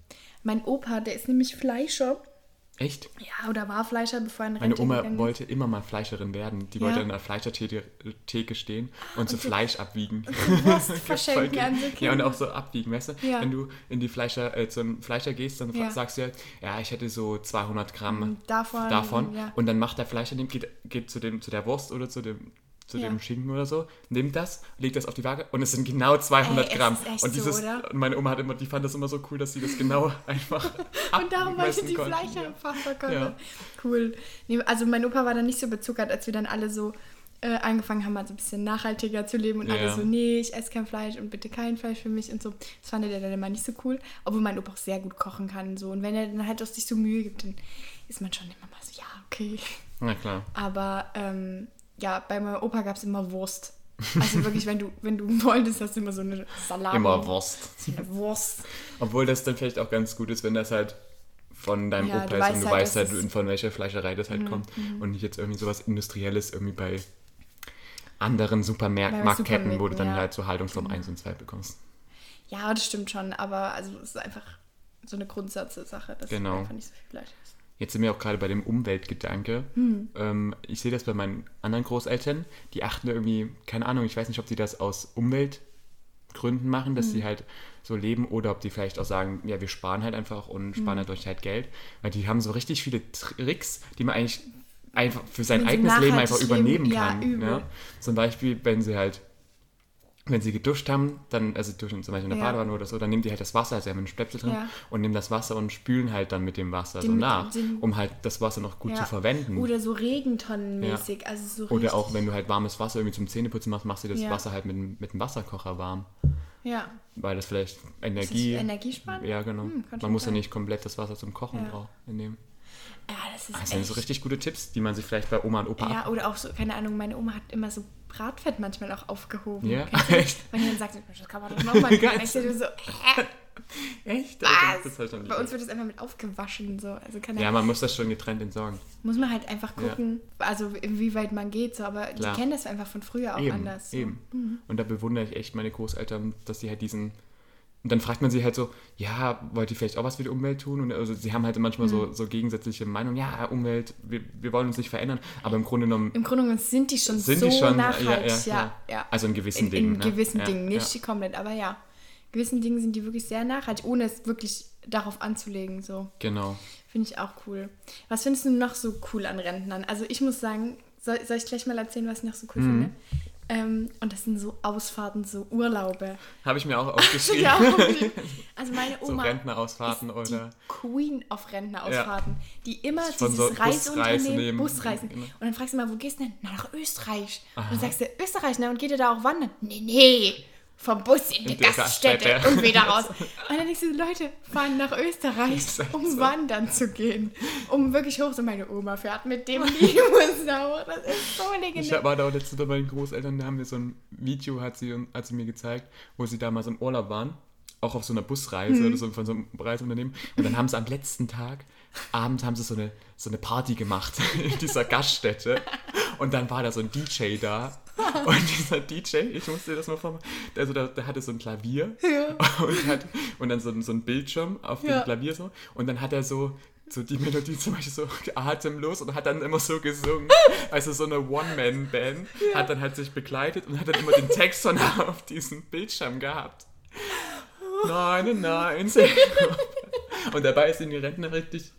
Speaker 1: Mein Opa, der ist nämlich Fleischer.
Speaker 3: Echt?
Speaker 1: Ja, oder war Fleischer, bevor er in
Speaker 3: Meine
Speaker 1: Rente gegangen
Speaker 3: Oma
Speaker 1: ist.
Speaker 3: wollte immer mal Fleischerin werden. Die
Speaker 1: Ja.
Speaker 3: wollte an der Fleischertheke Theke stehen Ah, und so Fleisch abwiegen.
Speaker 1: Wurst
Speaker 3: Voll
Speaker 1: verschenken
Speaker 3: geil.
Speaker 1: an so
Speaker 3: ja, und
Speaker 1: Kinder.
Speaker 3: auch so abwiegen, weißt du?
Speaker 1: Ja.
Speaker 3: Wenn du in die Fleischer, äh, zum Fleischer gehst, dann
Speaker 1: Ja.
Speaker 3: sagst du ja, ja, ich hätte so 200 Gramm
Speaker 1: Mm, davon, ja.
Speaker 3: Und dann macht der Fleischer, nimmt, geht, geht zu, dem, zu der Wurst oder zu dem zu
Speaker 1: Ja.
Speaker 3: dem Schinken oder so, nimmt das, legt das auf die Waage und es sind genau 200
Speaker 1: Ey, es
Speaker 3: Gramm.
Speaker 1: ist echt
Speaker 3: und
Speaker 1: so,
Speaker 3: dieses,
Speaker 1: oder?
Speaker 3: und meine Oma hat immer, die fand das immer so cool, dass sie das genau einfach
Speaker 1: Und darum wollte
Speaker 3: abmessen
Speaker 1: die
Speaker 3: konnten.
Speaker 1: Fleischer Fachverkäufer.
Speaker 3: Ja.
Speaker 1: Cool. Nee, also mein Opa war dann nicht so bezuckert, als wir dann alle so äh, angefangen haben, also ein bisschen nachhaltiger zu leben und alle
Speaker 3: Ja.
Speaker 1: so, nee, ich esse kein Fleisch und bitte kein Fleisch für mich und so. Das fand er dann immer nicht so cool, obwohl mein Opa auch sehr gut kochen kann. So. Und wenn er dann halt auch sich so Mühe gibt, dann ist man schon immer mal so, ja, okay.
Speaker 3: Na klar.
Speaker 1: Aber ähm, ja, bei meinem Opa gab es immer Wurst. Also wirklich, wenn du, wenn du wolltest, hast du immer so eine Salat.
Speaker 3: Immer Wurst.
Speaker 1: So eine Wurst.
Speaker 3: Obwohl das dann vielleicht auch ganz gut ist, wenn das halt von deinem
Speaker 1: Ja,
Speaker 3: Opa
Speaker 1: du
Speaker 3: ist
Speaker 1: weißt
Speaker 3: und du
Speaker 1: halt,
Speaker 3: weißt
Speaker 1: dass Mhm,
Speaker 3: halt,
Speaker 1: es-
Speaker 3: von welcher Fleischerei das halt kommt und nicht jetzt irgendwie sowas Industrielles irgendwie bei anderen
Speaker 1: Bei
Speaker 3: Supermärkten, Marktketten, wo du
Speaker 1: Supermärkten,
Speaker 3: dann
Speaker 1: ja. Genau.
Speaker 3: halt so Haltungsform 1 und 2 bekommst.
Speaker 1: Ja, das stimmt schon, aber also es ist einfach so eine Grundsatzsache, dass
Speaker 3: Genau.
Speaker 1: du einfach nicht so viel Fleisch isst.
Speaker 3: Jetzt sind wir auch gerade bei dem Umweltgedanke.
Speaker 1: Hm.
Speaker 3: Ähm, ich sehe das bei meinen anderen Großeltern, die achten irgendwie, keine Ahnung, ich weiß nicht, ob sie das aus Umweltgründen machen,
Speaker 1: Hm.
Speaker 3: dass sie halt so leben oder ob die vielleicht auch sagen, ja, wir sparen halt einfach
Speaker 1: Hm.
Speaker 3: und sparen dadurch halt Geld, weil die haben so richtig viele Tricks, die man eigentlich einfach für sein
Speaker 1: Wenn sie
Speaker 3: eigenes Leben
Speaker 1: nachhaltig
Speaker 3: einfach übernehmen
Speaker 1: leben, ja,
Speaker 3: kann.
Speaker 1: übel.
Speaker 3: ne? Zum Beispiel, wenn sie halt wenn sie geduscht haben, dann, also duschen zum Beispiel in der
Speaker 1: Ja.
Speaker 3: Badewanne oder so, dann nehmen die halt das Wasser, also sie haben einen Stöpsel drin,
Speaker 1: Ja.
Speaker 3: und nehmen das Wasser und spülen halt dann mit dem Wasser so
Speaker 1: Den-
Speaker 3: nach,
Speaker 1: den-
Speaker 3: um halt das Wasser noch gut zu verwenden. Oder,
Speaker 1: Oder so Regentonnenmäßig, also so richtig,
Speaker 3: auch wenn du halt warmes Wasser irgendwie zum Zähneputzen machst, machst du das
Speaker 1: Ja.
Speaker 3: Wasser halt mit, dem- mit dem Wasserkocher warm,
Speaker 1: ja,
Speaker 3: weil das vielleicht
Speaker 1: das
Speaker 3: Energie...
Speaker 1: Energiesparen?
Speaker 3: Ja, genau.
Speaker 1: Hm, kann
Speaker 3: man
Speaker 1: schon
Speaker 3: muss ja
Speaker 1: sein.
Speaker 3: nicht komplett das Wasser zum Kochen
Speaker 1: Ja.
Speaker 3: drauf nehmen.
Speaker 1: ja, das ist
Speaker 3: Das sind
Speaker 1: echt,
Speaker 3: so richtig gute Tipps, die man sich vielleicht bei Oma und Opa
Speaker 1: ja,
Speaker 3: ab...
Speaker 1: oder auch so, keine Ahnung, meine Oma hat immer so Bratfett manchmal auch aufgehoben.
Speaker 3: Ja,
Speaker 1: Kennst du das?
Speaker 3: echt? halt
Speaker 1: Wenn die dann sagt, das kann man doch nochmal
Speaker 3: Geil.
Speaker 1: machen. Ich dachte so, hä?
Speaker 3: Echt?
Speaker 1: Was?
Speaker 3: Das halt schon
Speaker 1: Bei uns wird das einfach mit aufgewaschen. So. Also keine
Speaker 3: ja, man muss das schon getrennt entsorgen.
Speaker 1: muss man halt einfach gucken, also inwieweit man geht, so, aber
Speaker 3: Klar.
Speaker 1: die kennen das einfach von früher auch
Speaker 3: eben,
Speaker 1: anders. So.
Speaker 3: Eben. Und da bewundere ich echt meine Großeltern, dass sie halt diesen. Und dann fragt man sie halt so, ja, wollt ihr vielleicht auch was für die Umwelt tun? Und also sie haben halt manchmal so, so gegensätzliche Meinungen, ja, Umwelt, wir, wir wollen uns nicht verändern, aber im Grunde genommen
Speaker 1: Im Grunde genommen sind die schon
Speaker 3: sind
Speaker 1: so
Speaker 3: die schon
Speaker 1: nachhaltig, ja,
Speaker 3: ja. Also in gewissen
Speaker 1: in,
Speaker 3: Dingen.
Speaker 1: In
Speaker 3: ne?
Speaker 1: gewissen
Speaker 3: ja,
Speaker 1: Dingen, nicht
Speaker 3: Ja.
Speaker 1: komplett, aber ja. Gewissen Dingen sind die wirklich sehr nachhaltig, ohne es wirklich darauf anzulegen. So
Speaker 3: Genau.
Speaker 1: finde ich auch cool. Was findest du noch so cool an Rentnern? Also ich muss sagen, soll, soll ich gleich mal erzählen, was ich noch so cool
Speaker 3: Mhm.
Speaker 1: finde? Ähm, und das sind so Ausfahrten, so Urlaube.
Speaker 3: Habe ich mir auch aufgeschrieben.
Speaker 1: Ja, also also meine
Speaker 3: So
Speaker 1: Oma
Speaker 3: Rentnerausfahrten
Speaker 1: ist
Speaker 3: oder.
Speaker 1: die Queen auf Rentnerausfahrten, die immer
Speaker 3: Von so
Speaker 1: dieses Reiseunternehmen,
Speaker 3: Busreisen nehmen.
Speaker 1: Busreisen.
Speaker 3: Genau.
Speaker 1: Und dann fragst du mal, wo gehst du denn? Na, nach Österreich. Und dann sagst du, Österreich, ne? Und geht ihr da auch wandern? Nee, nee. Vom Bus in, die
Speaker 3: die
Speaker 1: Gaststätte,
Speaker 3: Gaststätte.
Speaker 1: und wieder raus. Und dann denkst du, Leute, fahren nach Österreich,
Speaker 3: echt
Speaker 1: um
Speaker 3: so.
Speaker 1: wandern zu gehen. Um wirklich hoch. So meine Oma fährt mit dem Dinosaur. Das ist so
Speaker 3: Ich
Speaker 1: legendär.
Speaker 3: war da auch letztens bei meinen Großeltern, da haben wir so ein Video, hat sie, hat sie mir gezeigt, wo sie damals im Urlaub waren, auch auf so einer Busreise oder so von so einem Reiseunternehmen. Und dann haben sie am letzten Tag, abends haben sie so eine, so eine Party gemacht in dieser Gaststätte. Und dann war da so ein DJ da. Und dieser DJ, ich musste das mal vormachen, also der, der hatte so ein Klavier und, hat, und dann so, ein- so ein Bildschirm auf dem
Speaker 1: Ja.
Speaker 3: Klavier so. Und dann hat er so, so die Melodie zum Beispiel so atemlos und hat dann immer so gesungen. Also so eine One-Man-Band hat dann halt sich begleitet und hat dann immer den Text von auf diesem Bildschirm gehabt. Nein, nein, nein. Und dabei ist ihnen die Rentner richtig.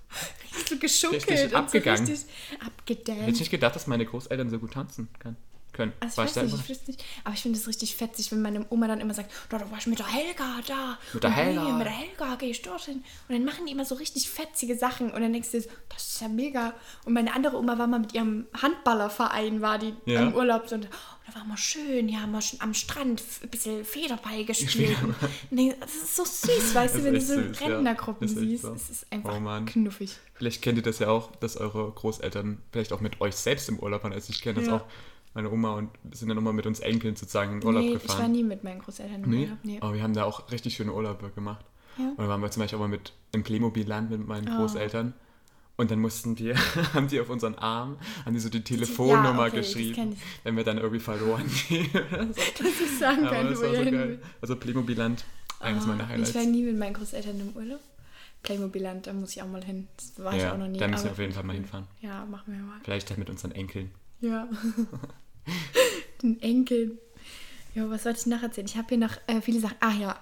Speaker 1: So geschunkelt
Speaker 3: richtig
Speaker 1: und
Speaker 3: abgegangen.
Speaker 1: so richtig
Speaker 3: Hätte ich
Speaker 1: abgedämmt.
Speaker 3: nicht gedacht, dass meine Großeltern so gut tanzen kann, können.
Speaker 1: Also
Speaker 3: War
Speaker 1: ich weiß
Speaker 3: da
Speaker 1: nicht,
Speaker 3: immer-
Speaker 1: ich weiß nicht, aber ich finde es richtig fetzig, wenn meine Oma dann immer sagt, da, da warst du mit der Helga da.
Speaker 3: Mit der
Speaker 1: Und
Speaker 3: Helga.
Speaker 1: Nee, mit der Helga gehe ich dorthin. Und dann machen die immer so richtig fetzige Sachen und dann denkst du, das ist ja mega. Und meine andere Oma war mal mit ihrem Handballerverein, war die
Speaker 3: Ja.
Speaker 1: im Urlaub und oh, da war mal schön, ja, mal schon am Strand f- ein bisschen Federball gespielt. Und denkst, das ist so süß, weißt du,
Speaker 3: Ist
Speaker 1: wenn du
Speaker 3: echt
Speaker 1: so
Speaker 3: süß, ja.
Speaker 1: Rentnergruppen
Speaker 3: Ist echt
Speaker 1: siehst.
Speaker 3: so.
Speaker 1: Es ist einfach
Speaker 3: Oh Mann.
Speaker 1: knuffig.
Speaker 3: Vielleicht kennt ihr das ja auch, dass eure Großeltern vielleicht auch mit euch selbst im Urlaub waren. Also ich kenne das
Speaker 1: Ja.
Speaker 3: auch. Meine Oma und sind dann immer mit uns Enkeln sozusagen in den Urlaub
Speaker 1: nee,
Speaker 3: gefahren.
Speaker 1: ich war nie mit meinen Großeltern im
Speaker 3: Nee? Oh.
Speaker 1: Urlaub. Nee.
Speaker 3: Aber wir haben da auch richtig schöne Urlaube gemacht.
Speaker 1: Ja. Ah.
Speaker 3: Und dann waren wir zum Beispiel auch mal mit im Playmobil-Land mit meinen Großeltern. Und dann mussten wir, haben die auf unseren Arm, haben die so die Telefonnummer
Speaker 1: okay, das kenn
Speaker 3: geschrieben,
Speaker 1: ich.
Speaker 3: wenn wir dann irgendwie verloren gehen.
Speaker 1: Dass ich sagen
Speaker 3: Aber
Speaker 1: kann,
Speaker 3: das
Speaker 1: wo
Speaker 3: war
Speaker 1: ihr
Speaker 3: so
Speaker 1: hin
Speaker 3: geil.
Speaker 1: will.
Speaker 3: Also Playmobil-Land, eines meiner Highlights.
Speaker 1: Ah, Ich war nie mit meinen Großeltern im Urlaub. Playmobilland, da muss ich auch mal hin. Das war ich
Speaker 3: ja,
Speaker 1: auch noch nie.
Speaker 3: da müssen wir
Speaker 1: aber-
Speaker 3: auf jeden Fall mal hinfahren.
Speaker 1: Ja, machen wir mal.
Speaker 3: Vielleicht halt mit unseren Enkeln.
Speaker 1: Ja. Den Enkel. Ja, was wollte ich noch erzählen? Ich habe hier noch äh, viele Sachen. Ach ja,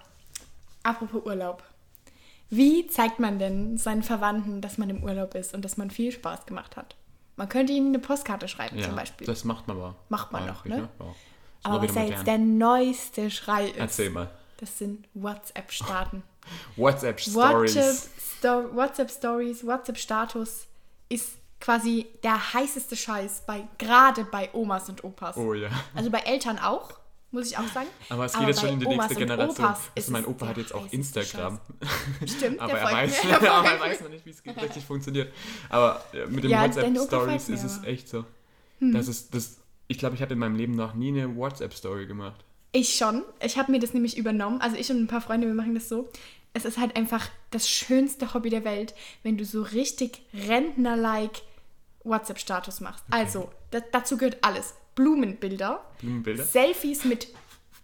Speaker 1: apropos Urlaub. Wie zeigt man denn seinen Verwandten, dass man im Urlaub ist und dass man viel Spaß gemacht hat? Man könnte ihnen eine Postkarte schreiben
Speaker 3: Ja,
Speaker 1: zum Beispiel.
Speaker 3: das macht man aber.
Speaker 1: Macht man noch,
Speaker 3: häufig,
Speaker 1: ne?
Speaker 3: Ja. Ist
Speaker 1: Aber
Speaker 3: mal
Speaker 1: was
Speaker 3: wieder
Speaker 1: ja
Speaker 3: modern.
Speaker 1: jetzt der neueste Schrei ist,
Speaker 3: Erzähl mal.
Speaker 1: das sind WhatsApp-Staaten.
Speaker 3: WhatsApp-Stories.
Speaker 1: WhatsApp-Stories, WhatsApp WhatsApp-Status ist quasi der heißeste Scheiß, bei, gerade bei Omas und Opas.
Speaker 3: Oh ja.
Speaker 1: Also bei Eltern auch, muss ich auch sagen.
Speaker 3: Aber es geht jetzt
Speaker 1: bei
Speaker 3: schon in die
Speaker 1: Omas
Speaker 3: nächste
Speaker 1: und
Speaker 3: Generation.
Speaker 1: Opas
Speaker 3: Also
Speaker 1: ist
Speaker 3: mein
Speaker 1: es
Speaker 3: Opa
Speaker 1: der
Speaker 3: hat jetzt auch
Speaker 1: heißeste
Speaker 3: Instagram.
Speaker 1: Scheiß. Stimmt,
Speaker 3: aber
Speaker 1: der
Speaker 3: er
Speaker 1: folgt
Speaker 3: weiß,
Speaker 1: mir. Der
Speaker 3: aber er
Speaker 1: folgt mir.
Speaker 3: weiß noch nicht, wie es ge- richtig funktioniert. Aber äh, mit den
Speaker 1: Ja, dein Opa
Speaker 3: WhatsApp-Stories
Speaker 1: folgt mir
Speaker 3: ist es
Speaker 1: aber. Hm.
Speaker 3: echt so. Das ist, das, ich glaube, ich habe in meinem Leben noch nie eine WhatsApp-Story gemacht.
Speaker 1: Ich schon. Ich habe mir das nämlich übernommen. Also ich und ein paar Freunde, wir machen das so. Es ist halt einfach das schönste Hobby der Welt, wenn du so richtig Rentner-like WhatsApp-Status machst. Also, da, dazu gehört alles. Blumenbilder,
Speaker 3: Blumenbilder.
Speaker 1: Selfies mit,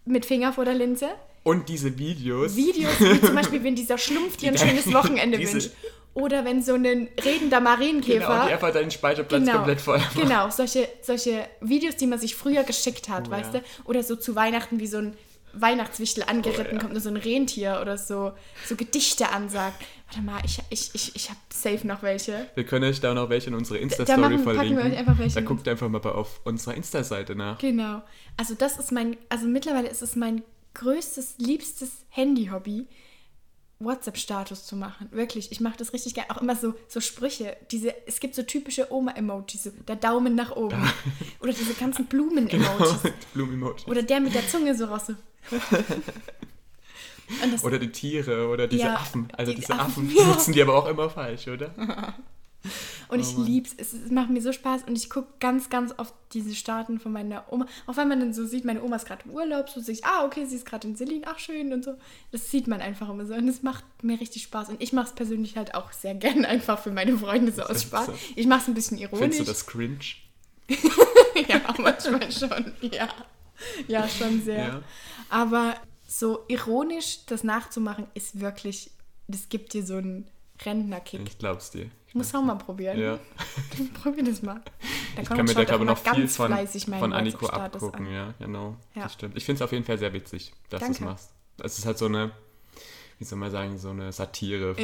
Speaker 1: mit Finger vor der Linse,
Speaker 3: Und diese Videos.
Speaker 1: Videos, wie zum Beispiel, wenn dieser Schlumpf dir ein schönes Wochenende
Speaker 3: Diese-
Speaker 1: wünscht. Oder wenn so ein redender Marienkäfer
Speaker 3: Genau, die einfach deinen Speicherplatz komplett voll machen.
Speaker 1: Genau, solche, solche Videos, die man sich früher geschickt hat,
Speaker 3: Oh,
Speaker 1: weißt
Speaker 3: ja. Oh,
Speaker 1: du? Oder so zu Weihnachten, wie so ein Weihnachtswichtel angeritten
Speaker 3: ja.
Speaker 1: kommt, nur so ein Rentier oder so, so Gedichte ansagt. Warte mal, ich, ich, ich, ich habe safe noch welche.
Speaker 3: Wir können euch da noch welche in unsere
Speaker 1: da
Speaker 3: Insta-Story
Speaker 1: machen- packen wir
Speaker 3: verlinken.
Speaker 1: euch einfach welche
Speaker 3: da
Speaker 1: in
Speaker 3: guckt einfach mal bei, auf unserer Insta-Seite nach.
Speaker 1: Genau. Also das ist mein, also mittlerweile ist es mein größtes, liebstes Handy-Hobby, WhatsApp-Status zu machen. Wirklich, ich mache das richtig gerne. Auch immer so, so Sprüche. Diese, es gibt so typische Oma-Emojis, so der Daumen nach oben. Oder diese ganzen Blumen-Emojis.
Speaker 3: Genau. Blumen-Emoji. Oder,
Speaker 1: Oder der mit der Zunge so raus. So. Und das,
Speaker 3: die Tiere oder diese
Speaker 1: Ja,
Speaker 3: Affen. Also
Speaker 1: die
Speaker 3: diese
Speaker 1: Affen,
Speaker 3: Affen,
Speaker 1: ja.
Speaker 3: nutzen die aber auch immer falsch, oder?
Speaker 1: und
Speaker 3: oh
Speaker 1: ich lieb's. Es, es macht mir so Spaß und ich gucke ganz, ganz oft diese Staaten von meiner Oma. Auch wenn man dann so sieht, meine Oma ist gerade im Urlaub, so sehe ich, ah, okay, sie ist gerade in Selin, ach schön und so. Das sieht man einfach immer so und es macht mir richtig Spaß. Und ich mache es persönlich halt auch sehr gern einfach für meine Freunde so aus Spaß.
Speaker 3: so.
Speaker 1: Ich mache es ein bisschen
Speaker 3: Findest
Speaker 1: ironisch.
Speaker 3: du das cringe?
Speaker 1: ja, manchmal schon, ja. Ja, schon sehr.
Speaker 3: Ja.
Speaker 1: Aber so ironisch das nachzumachen ist wirklich, das gibt dir so einen Rentnerkick.
Speaker 3: Ich glaub's dir.
Speaker 1: Ich muss auch mal probieren.
Speaker 3: Mhm. Ja.
Speaker 1: Probier das mal. Da
Speaker 3: Ich kann mir da,
Speaker 1: schaut auch
Speaker 3: glaube ich,
Speaker 1: mal
Speaker 3: noch viel
Speaker 1: ganz
Speaker 3: von,
Speaker 1: fleißig meinen
Speaker 3: von Aniko
Speaker 1: WhatsApp-Status
Speaker 3: abgucken.
Speaker 1: an.
Speaker 3: Ja, genau.
Speaker 1: Ja.
Speaker 3: Das stimmt. Ich finde es auf jeden Fall sehr witzig, dass du es
Speaker 1: Danke.
Speaker 3: machst. Es ist halt so eine, wie soll man sagen, so eine Satire.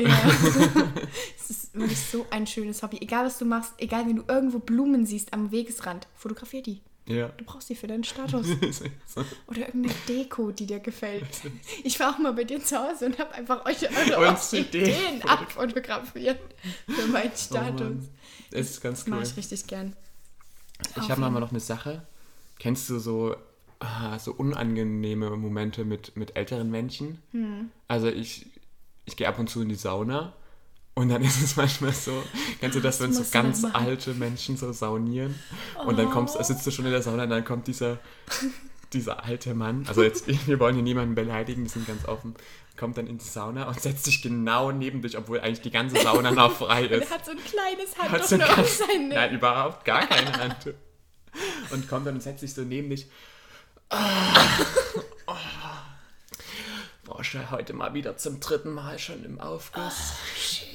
Speaker 1: Es ist wirklich so ein schönes Hobby. Egal, was du machst, egal, wenn du irgendwo Blumen siehst am Wegesrand, fotografier die.
Speaker 3: Ja.
Speaker 1: Du brauchst die für deinen Status.
Speaker 3: Ist echt so.
Speaker 1: Oder irgendeine Deko, die dir gefällt. Ich war auch mal bei dir zu Hause und habe einfach euch eure
Speaker 3: Uns die
Speaker 1: Ideen
Speaker 3: Ideen
Speaker 1: abfotografiert für meinen
Speaker 3: Oh Mann.
Speaker 1: Status.
Speaker 3: Es ist ganz
Speaker 1: das
Speaker 3: cool.
Speaker 1: mache ich richtig gern.
Speaker 3: Ich
Speaker 1: Auf
Speaker 3: habe
Speaker 1: jeden-
Speaker 3: mal noch eine Sache. Kennst du so, ah, so unangenehme Momente mit, mit älteren Menschen?
Speaker 1: Hm.
Speaker 3: Also ich, ich gehe ab und zu in die Sauna und dann ist es manchmal so, kennst du das, wenn so
Speaker 1: musst du dann
Speaker 3: ganz
Speaker 1: machen? Oh.
Speaker 3: alte Menschen so saunieren und dann kommst, sitzt du schon in der Sauna und dann kommt dieser, dieser alte Mann, also jetzt, wir wollen hier niemanden beleidigen, wir sind ganz offen, kommt dann in die Sauna und setzt sich genau neben dich, obwohl eigentlich die ganze Sauna noch frei
Speaker 1: Er
Speaker 3: ist.
Speaker 1: hat so ein kleines
Speaker 3: Hat
Speaker 1: Handtuch
Speaker 3: so
Speaker 1: nur
Speaker 3: gar-
Speaker 1: auf seinen
Speaker 3: Nein, überhaupt gar keine Hand. Und kommt dann und setzt sich so neben dich. Oh, oh. Boah, heute mal wieder zum dritten Mal schon im Aufguss.
Speaker 1: Oh,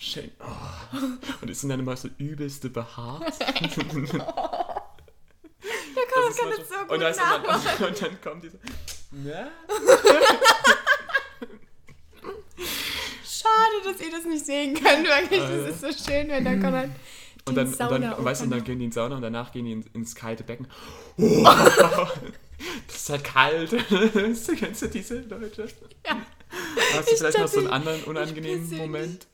Speaker 3: Schön. Oh. Und die sind dann immer so übelste behaart.
Speaker 1: Der Körper
Speaker 3: Das
Speaker 1: kann
Speaker 3: war
Speaker 1: das
Speaker 3: so-
Speaker 1: so gut
Speaker 3: und, da ist dann-
Speaker 1: nachmachen.
Speaker 3: und dann kommt diese. Na?
Speaker 1: Schade, dass ihr das nicht sehen könnt. Wirklich,
Speaker 3: Alter.
Speaker 1: das ist so schön, wenn der Konrad
Speaker 3: Äh. Und dann,
Speaker 1: die
Speaker 3: und dann,
Speaker 1: Sauna
Speaker 3: und weißt du, und dann
Speaker 1: aufmacht.
Speaker 3: gehen die in die Sauna und danach gehen die in, ins kalte Becken. das ist halt kalt. Kennst du diese Leute?
Speaker 1: Ja.
Speaker 3: Hast du
Speaker 1: Ich
Speaker 3: vielleicht noch so einen
Speaker 1: tatsächlich-
Speaker 3: anderen
Speaker 1: ich
Speaker 3: unangenehmen
Speaker 1: persönlich-
Speaker 3: Moment?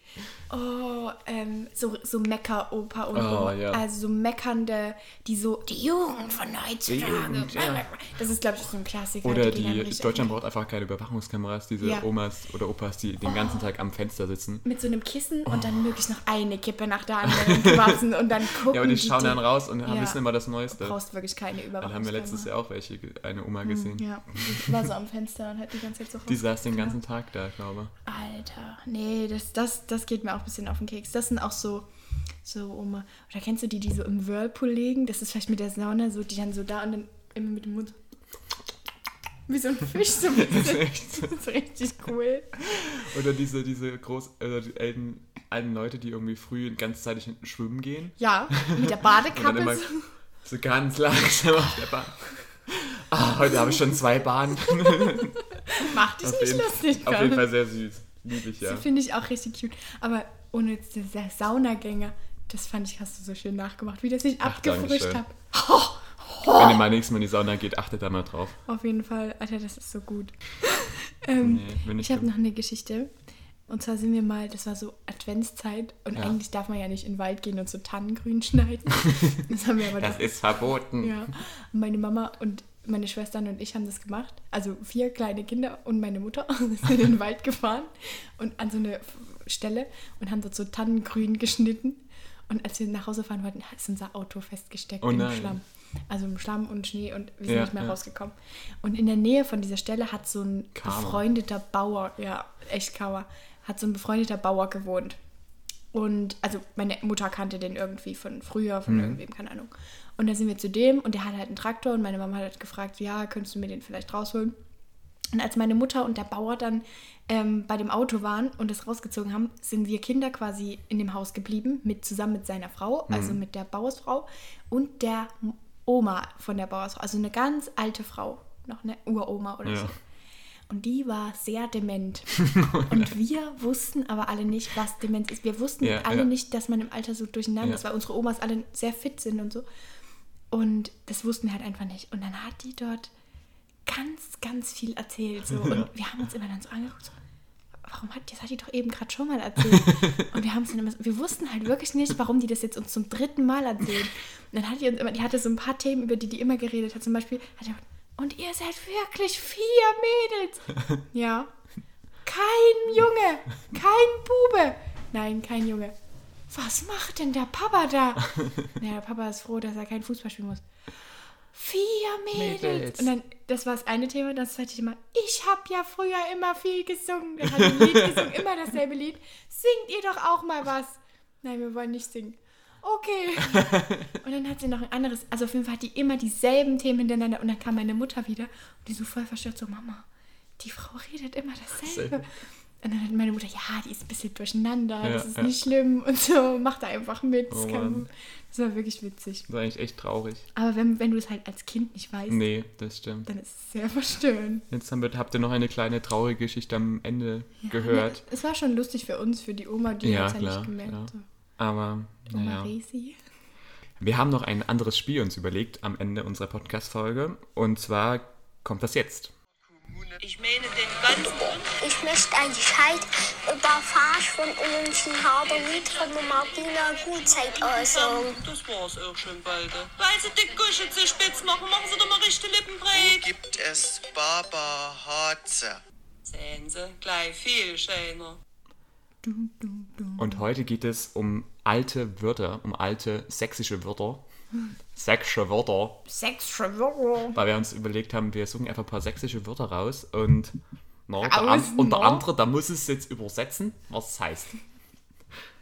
Speaker 1: Oh, ähm, so, so Mecker-Opa und
Speaker 3: Oh,
Speaker 1: Oma.
Speaker 3: ja.
Speaker 1: Also so meckernde, die so, die Jugend von heutzutage.
Speaker 3: Jugend, ja.
Speaker 1: Das ist, glaube ich, so ein Klassiker.
Speaker 3: Oder
Speaker 1: gehen
Speaker 3: die
Speaker 1: einem richtig
Speaker 3: Deutschland
Speaker 1: auf
Speaker 3: braucht einfach keine Überwachungskameras, diese
Speaker 1: Ja.
Speaker 3: Omas oder Opas, die den ganzen Tag am Fenster sitzen.
Speaker 1: den- Mit so einem Kissen und dann möglichst noch eine Kippe nach der anderen gewassen und dann gucken
Speaker 3: Oh. Ja, aber die schauen
Speaker 1: dir-
Speaker 3: dann raus und haben
Speaker 1: Ja.
Speaker 3: wissen immer das
Speaker 1: Du
Speaker 3: Neueste.
Speaker 1: brauchst wirklich keine Überwachung.
Speaker 3: Dann haben wir letztes Jahr auch welche, ge- eine Oma gesehen.
Speaker 1: Hm, Ja, ich war so am Fenster und hat die ganze Zeit so
Speaker 3: Die saß den
Speaker 1: rausgeguckt.
Speaker 3: ganzen Tag da, glaube
Speaker 1: Alter, nee, das, das, das geht mir auch ein bisschen auf den Keks. Das sind auch so, so Oma. Oder kennst du die, die so im Whirlpool liegen? Das ist vielleicht mit der Sauna so, die dann so da und dann immer mit dem Mund. Wie so ein Fisch so ein
Speaker 3: ich. Das
Speaker 1: bisschen.
Speaker 3: ist echt so.
Speaker 1: Das ist richtig cool.
Speaker 3: Oder diese, diese groß, oder die alten, alten Leute, die irgendwie früh ganzzeitig hinten schwimmen gehen.
Speaker 1: Ja, mit der
Speaker 3: Und dann
Speaker 1: Badekappe.
Speaker 3: immer
Speaker 1: so.
Speaker 3: so ganz langsam auf der Bahn. Ah, heute habe ich schon zwei Bahnen.
Speaker 1: Mach dich
Speaker 3: auf,
Speaker 1: nicht
Speaker 3: jeden,
Speaker 1: lustig,
Speaker 3: auf jeden
Speaker 1: Karl.
Speaker 3: Fall sehr süß. Lieblich, ja.
Speaker 1: Das finde ich auch richtig cute. Aber ohne jetzt dieser Saunagänger, das fand ich, hast du so schön nachgemacht, wie das ich
Speaker 3: Ach,
Speaker 1: abgefrischt
Speaker 3: Dankeschön.
Speaker 1: habe.
Speaker 3: Wenn ihr mal nächstes Mal in die Sauna geht, achtet da mal drauf.
Speaker 1: Auf jeden Fall, Alter, das ist so gut. ähm,
Speaker 3: Nee, wenn nicht
Speaker 1: ich habe
Speaker 3: dann-
Speaker 1: noch eine Geschichte. Und zwar sind wir mal, das war so Adventszeit und
Speaker 3: Ja.
Speaker 1: eigentlich darf man ja nicht in den Wald gehen und so Tannengrün schneiden. das haben wir aber
Speaker 3: Das
Speaker 1: doch.
Speaker 3: ist verboten.
Speaker 1: Ja. Und meine Mama und meine Schwestern und ich haben das gemacht. Also vier kleine Kinder und meine Mutter sind in den Wald gefahren und an so eine F- Stelle und haben dort so Tannengrün geschnitten. Und als wir nach Hause fahren wollten, ist unser Auto festgesteckt
Speaker 3: Oh
Speaker 1: im
Speaker 3: nein.
Speaker 1: Schlamm. Also im Schlamm und Schnee und wir sind
Speaker 3: Ja,
Speaker 1: nicht mehr
Speaker 3: ja.
Speaker 1: rausgekarmt. Und in der Nähe von dieser Stelle hat so ein
Speaker 3: Karma.
Speaker 1: befreundeter Bauer, ja, echt Kauer, hat so ein befreundeter Bauer gewohnt. Und also meine Mutter kannte den irgendwie von früher, von irgendwem, keine Ahnung. Und dann sind wir zu dem und der hatte halt einen Traktor und meine Mama hat halt gefragt, ja, könntest du mir den vielleicht rausholen? Und als meine Mutter und der Bauer dann ähm, bei dem Auto waren und es rausgezogen haben, sind wir Kinder quasi in dem Haus geblieben, mit, zusammen mit seiner Frau, also mit der Bauersfrau und der M- Oma von der Bauersfrau, also eine ganz alte Frau, noch eine Uroma oder
Speaker 3: Ja.
Speaker 1: so. Und die war sehr dement. und wir wussten aber alle nicht, was Demenz ist. Wir wussten
Speaker 3: Ja,
Speaker 1: alle
Speaker 3: ja.
Speaker 1: nicht, dass man im Alter so durcheinander
Speaker 3: Ja.
Speaker 1: ist, weil unsere Omas alle sehr fit sind und so. Und das wussten wir halt einfach nicht. Und dann hat die dort ganz, ganz viel erzählt. So. Und wir haben uns immer dann so angeguckt, so, warum hat, das hat die doch eben gerade schon mal erzählt. Und wir haben es dann immer so, wir wussten halt wirklich nicht, warum die das jetzt uns zum dritten Mal erzählt. Und dann hat die uns immer, die hatte so ein paar Themen, über die die immer geredet hat. Zum Beispiel hat die gesagt, und ihr seid wirklich vier Mädels. Ja. Kein Junge, kein Bube. Nein, kein Junge. Was macht denn der Papa da? Ja, der Papa ist froh, dass er kein Fußball spielen muss. Vier Mädels.
Speaker 3: Mädels.
Speaker 1: Und dann, das war das eine Thema, das zweite Thema. Ich habe ja früher immer viel gesungen. Er hat ein Lied gesungen, immer dasselbe Lied. Singt ihr doch auch mal was. Nein, wir wollen nicht singen. Okay. Und dann hat sie noch ein anderes, also auf jeden Fall hat die immer dieselben Themen hintereinander. Und dann kam meine Mutter wieder und die so voll verstört, so Mama, die Frau redet immer dasselbe. Und dann hat meine Mutter, ja, die ist ein bisschen durcheinander,
Speaker 3: Ja,
Speaker 1: das ist
Speaker 3: ja.
Speaker 1: nicht schlimm und so, mach da einfach mit. Das,
Speaker 3: Oh
Speaker 1: kann,
Speaker 3: Mann.
Speaker 1: das war wirklich witzig.
Speaker 3: Das ist eigentlich echt traurig.
Speaker 1: Aber wenn, wenn du es halt als Kind nicht weißt,
Speaker 3: Nee, das stimmt.
Speaker 1: dann ist es sehr verstörend.
Speaker 3: Jetzt haben wir, habt ihr noch eine kleine traurige Geschichte am Ende gehört.
Speaker 1: Es war schon lustig für uns, für die Oma, die
Speaker 3: Ja,
Speaker 1: hat es ja
Speaker 3: klar,
Speaker 1: nicht gemerkt.
Speaker 3: klar.
Speaker 1: So.
Speaker 3: Aber,
Speaker 1: Oma
Speaker 3: naja.
Speaker 1: Resi.
Speaker 3: Wir haben noch ein anderes Spiel uns überlegt am Ende unserer Podcast-Folge. Und zwar kommt das jetzt.
Speaker 4: Ich meine den ganzen
Speaker 6: Ich möchte ein Bescheid über Fahrschwund und Schnauber mit von der Martina Gutzeit also. äußern.
Speaker 4: Das war's auch schon bald. Weil sie die Gusche zu spitz machen, machen sie doch mal richtig Lippenbreit.
Speaker 5: Gibt es Baba Harze?
Speaker 4: Sehen sie, gleich viel schöner.
Speaker 3: Und heute geht es um alte Wörter, um alte sächsische Wörter. Sächsische Wörter.
Speaker 1: Sexual Wörter.
Speaker 3: Weil wir uns überlegt haben, wir suchen einfach ein paar sächsische Wörter raus und na, unter,
Speaker 1: Raus,
Speaker 3: an, unter
Speaker 1: na?
Speaker 3: anderem, da muss es jetzt übersetzen, was es heißt.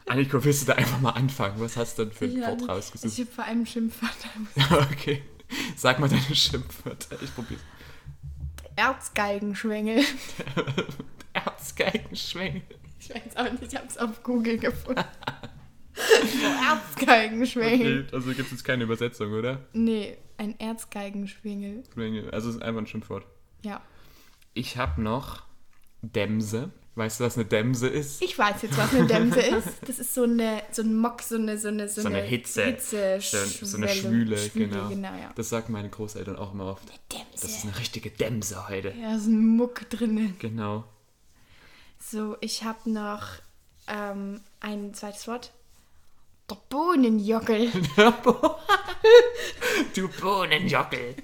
Speaker 3: Aniko, willst du da einfach mal anfangen? Was hast du denn für ein
Speaker 1: Ja,
Speaker 3: Wort
Speaker 1: Ich
Speaker 3: rausgesucht?
Speaker 1: habe vor allem ein Schimpfwort.
Speaker 3: okay. Sag mal deine Schimpfwörter. Ich probier's.
Speaker 1: Erzgeigenschwengel.
Speaker 3: Erzgeigenschwengel.
Speaker 1: Ich weiß auch nicht, ich habe es auf Google gefunden. Erzgeigenschwengel.
Speaker 3: Okay, also gibt es jetzt keine Übersetzung, oder?
Speaker 1: Nee, ein Erzgeigenschwengel.
Speaker 3: Schwengel. Also es ist einfach ein Schimpfwort.
Speaker 1: Ja.
Speaker 3: Ich habe noch Dämse. Weißt du, was eine Dämse ist?
Speaker 1: Ich weiß jetzt, was eine Dämpfe ist. Das ist so, eine, so ein Mock, so eine, so eine, so
Speaker 3: so eine Hitze.
Speaker 1: Hitze
Speaker 3: so, so eine
Speaker 1: Schwelle.
Speaker 3: Schwüle, genau.
Speaker 1: ja.
Speaker 3: Das sagen meine Großeltern auch immer oft. Das ist eine richtige Dämse heute.
Speaker 1: Ja, da ist ein Muck drin.
Speaker 3: Genau.
Speaker 1: So, ich habe noch ähm, ein zweites Wort. Der Bohnenjockel.
Speaker 3: Du
Speaker 1: Oh,
Speaker 3: Bohnenjockel.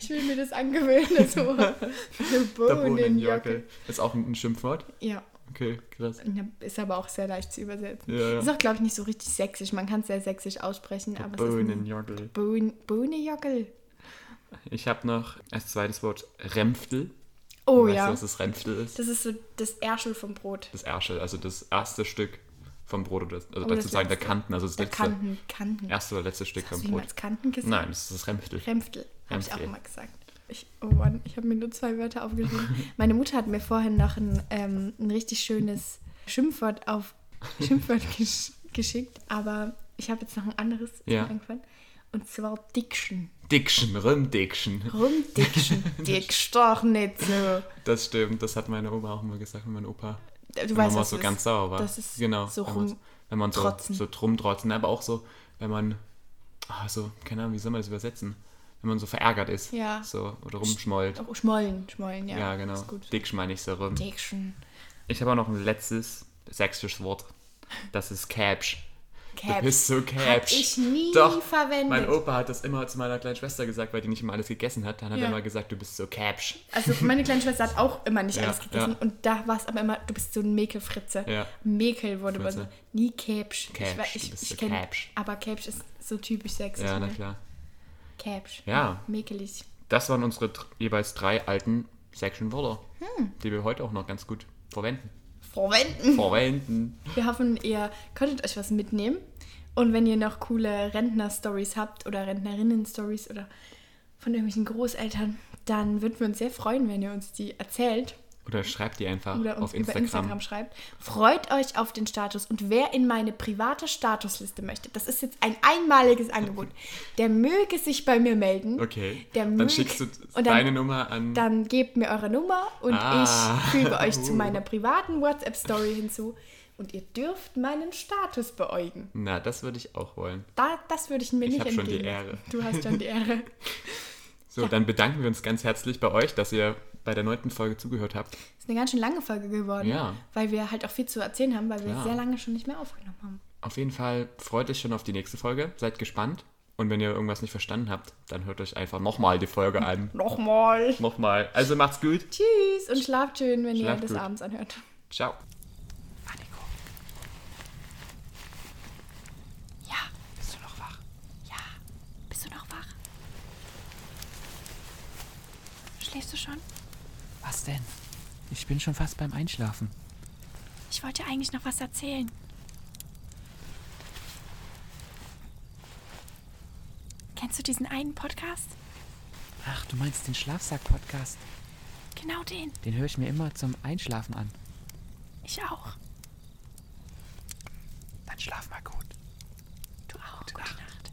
Speaker 1: Ich will mir das angewöhnen, das Wort. Der
Speaker 3: Der
Speaker 1: Bohnenjockel.
Speaker 3: Bohnenjockel. Ist auch ein Schimpfwort?
Speaker 1: Ja,
Speaker 3: Okay, krass.
Speaker 1: ist aber auch sehr leicht zu übersetzen.
Speaker 3: Ja, ja.
Speaker 1: Ist auch, glaube ich, nicht so richtig sächsisch. Man kann es sehr sächsisch aussprechen, aber es ist
Speaker 3: Bohnenjockel.
Speaker 1: ein Bohnen, Bohnenjockel.
Speaker 3: Ich habe noch als zweites Wort Rämpftel.
Speaker 1: Oh
Speaker 3: weißt
Speaker 1: ja.
Speaker 3: du, was das Rämpftel ist?
Speaker 1: Das ist so das Erschel vom Brot.
Speaker 3: Das Erschel, also das erste Stück vom Brot. Oder das, also
Speaker 1: Oder
Speaker 3: das
Speaker 1: Oh, das
Speaker 3: sozusagen der
Speaker 1: letzte.
Speaker 3: Kanten. Also das
Speaker 1: Der
Speaker 3: letzte,
Speaker 1: Kanten, Kanten.
Speaker 3: erste oder letzte Stück
Speaker 1: Hast
Speaker 3: vom
Speaker 1: du
Speaker 3: Brot.
Speaker 1: jemals Kanten gesagt?
Speaker 3: Nein, das ist das Rämpftel.
Speaker 1: Krempftel, habe ich auch
Speaker 3: Krempftel.
Speaker 1: immer gesagt. Ich, oh Mann, ich habe mir nur zwei Wörter aufgeschrieben. Meine Mutter hat mir vorhin noch ein, ähm, ein richtig schönes Schimpfwort auf Schimpfwort gesch geschickt, aber ich habe jetzt noch ein anderes ist mir
Speaker 3: Ja.
Speaker 1: eingefallen. Und zwar Diction.
Speaker 3: Diction, Rüm-Diction.
Speaker 1: Warum Diction? Dickst doch nicht so.
Speaker 3: Das stimmt, das hat meine Oma auch immer gesagt, und mein Opa.
Speaker 1: Du
Speaker 3: wenn
Speaker 1: weißt,
Speaker 3: man mal
Speaker 1: was
Speaker 3: so
Speaker 1: es
Speaker 3: ganz
Speaker 1: ist.
Speaker 3: sauer war.
Speaker 1: Das ist
Speaker 3: genau,
Speaker 1: so
Speaker 3: wenn man,
Speaker 1: rum-
Speaker 3: wenn man so,
Speaker 1: trotzen.
Speaker 3: so drum trotzen, aber auch so, wenn man, ah, so, keine Ahnung, wie soll man das übersetzen? Wenn man so verärgert ist.
Speaker 1: Ja.
Speaker 3: So, oder rumschmollt.
Speaker 1: Oh, schmollen, schmollen, ja.
Speaker 3: ja, genau.
Speaker 1: Ist gut.
Speaker 3: Dick schmeine ich so rum.
Speaker 1: Diction.
Speaker 3: Ich habe auch noch ein letztes sächsisches Wort. Das ist Capsch. Du
Speaker 1: Caps.
Speaker 3: bist so Capsch.
Speaker 1: Hab ich nie
Speaker 3: Doch,
Speaker 1: verwendet.
Speaker 3: Mein Opa hat das immer zu meiner kleinen Schwester gesagt, weil die nicht immer alles gegessen hat. Dann hat
Speaker 1: Ja.
Speaker 3: er immer gesagt, du bist so Capsch.
Speaker 1: Also meine kleine Schwester hat auch immer nicht
Speaker 3: Ja,
Speaker 1: alles gegessen
Speaker 3: ja.
Speaker 1: und da war es aber immer, du bist so ein Mäkelfritze.
Speaker 3: Ja.
Speaker 1: Mekel wurde aber so,
Speaker 3: Fritze.
Speaker 1: nie Käpsch.
Speaker 3: Käpsch,
Speaker 1: ich war-
Speaker 3: du
Speaker 1: ich,
Speaker 3: bist
Speaker 1: ich
Speaker 3: so
Speaker 1: kenn,
Speaker 3: Käpsch.
Speaker 1: Aber Käpsch ist so typisch sächsisch.
Speaker 3: Ja, na
Speaker 1: ne?
Speaker 3: klar.
Speaker 1: Käpsch.
Speaker 3: Ja.
Speaker 1: Mäkelig.
Speaker 3: Das waren unsere dr- jeweils drei alten Section Wörter,
Speaker 1: Hm.
Speaker 3: die wir heute auch noch ganz gut verwenden.
Speaker 1: Verwenden.
Speaker 3: Verwenden.
Speaker 1: Wir hoffen, ihr könntet euch was mitnehmen. Und wenn ihr noch coole Rentner-Stories habt oder Rentnerinnen-Stories oder von irgendwelchen Großeltern, dann würden wir uns sehr freuen, wenn ihr uns die erzählt.
Speaker 3: Oder schreibt die einfach
Speaker 1: oder uns
Speaker 3: auf
Speaker 1: über
Speaker 3: Instagram.
Speaker 1: Instagram schreibt. Freut euch auf den Status und wer in meine private Statusliste möchte, das ist jetzt ein einmaliges Angebot, der möge sich bei mir melden.
Speaker 3: Okay.
Speaker 1: Der
Speaker 3: dann
Speaker 1: möge-
Speaker 3: schickst du
Speaker 1: und dann,
Speaker 3: deine Nummer an.
Speaker 1: Dann gebt mir eure Nummer und
Speaker 3: Ah.
Speaker 1: ich füge euch zu meiner privaten WhatsApp-Story hinzu und ihr dürft meinen Status beäugen.
Speaker 3: Na, das würde ich auch wollen.
Speaker 1: Da, das würde ich mir
Speaker 3: Ich
Speaker 1: nicht
Speaker 3: hab schon die
Speaker 1: entgehen lassen.
Speaker 3: Ehre.
Speaker 1: Du hast schon die Ehre.
Speaker 3: So, dann bedanken wir uns ganz herzlich bei euch, dass ihr bei der neunten Folge zugehört habt.
Speaker 1: ist eine ganz schön lange Folge geworden,
Speaker 3: Ja.
Speaker 1: weil wir halt auch viel zu erzählen haben, weil wir
Speaker 3: Klar.
Speaker 1: sehr lange schon nicht mehr aufgenommen haben.
Speaker 3: Auf jeden Fall freut euch schon auf die nächste Folge. Seid gespannt. Und wenn ihr irgendwas nicht verstanden habt, dann hört euch einfach nochmal die Folge an.
Speaker 1: Nochmal.
Speaker 3: nochmal. Also macht's gut.
Speaker 1: Tschüss und schlaft schön, wenn ihr
Speaker 3: Schlaft
Speaker 1: das
Speaker 3: gut.
Speaker 1: abends anhört.
Speaker 3: Ciao.
Speaker 1: Ja. Bist du noch wach? Ja. Bist du noch wach? Schläfst du schon?
Speaker 2: Was denn? Ich bin schon fast beim Einschlafen.
Speaker 1: Ich wollte dir eigentlich noch was erzählen. Kennst du diesen einen Podcast?
Speaker 2: Ach, du meinst den Schlafsack-Podcast?
Speaker 1: Genau den.
Speaker 2: Den höre ich mir immer zum Einschlafen an.
Speaker 1: Ich auch.
Speaker 2: Dann schlaf mal gut.
Speaker 1: Du auch. Gute Nacht.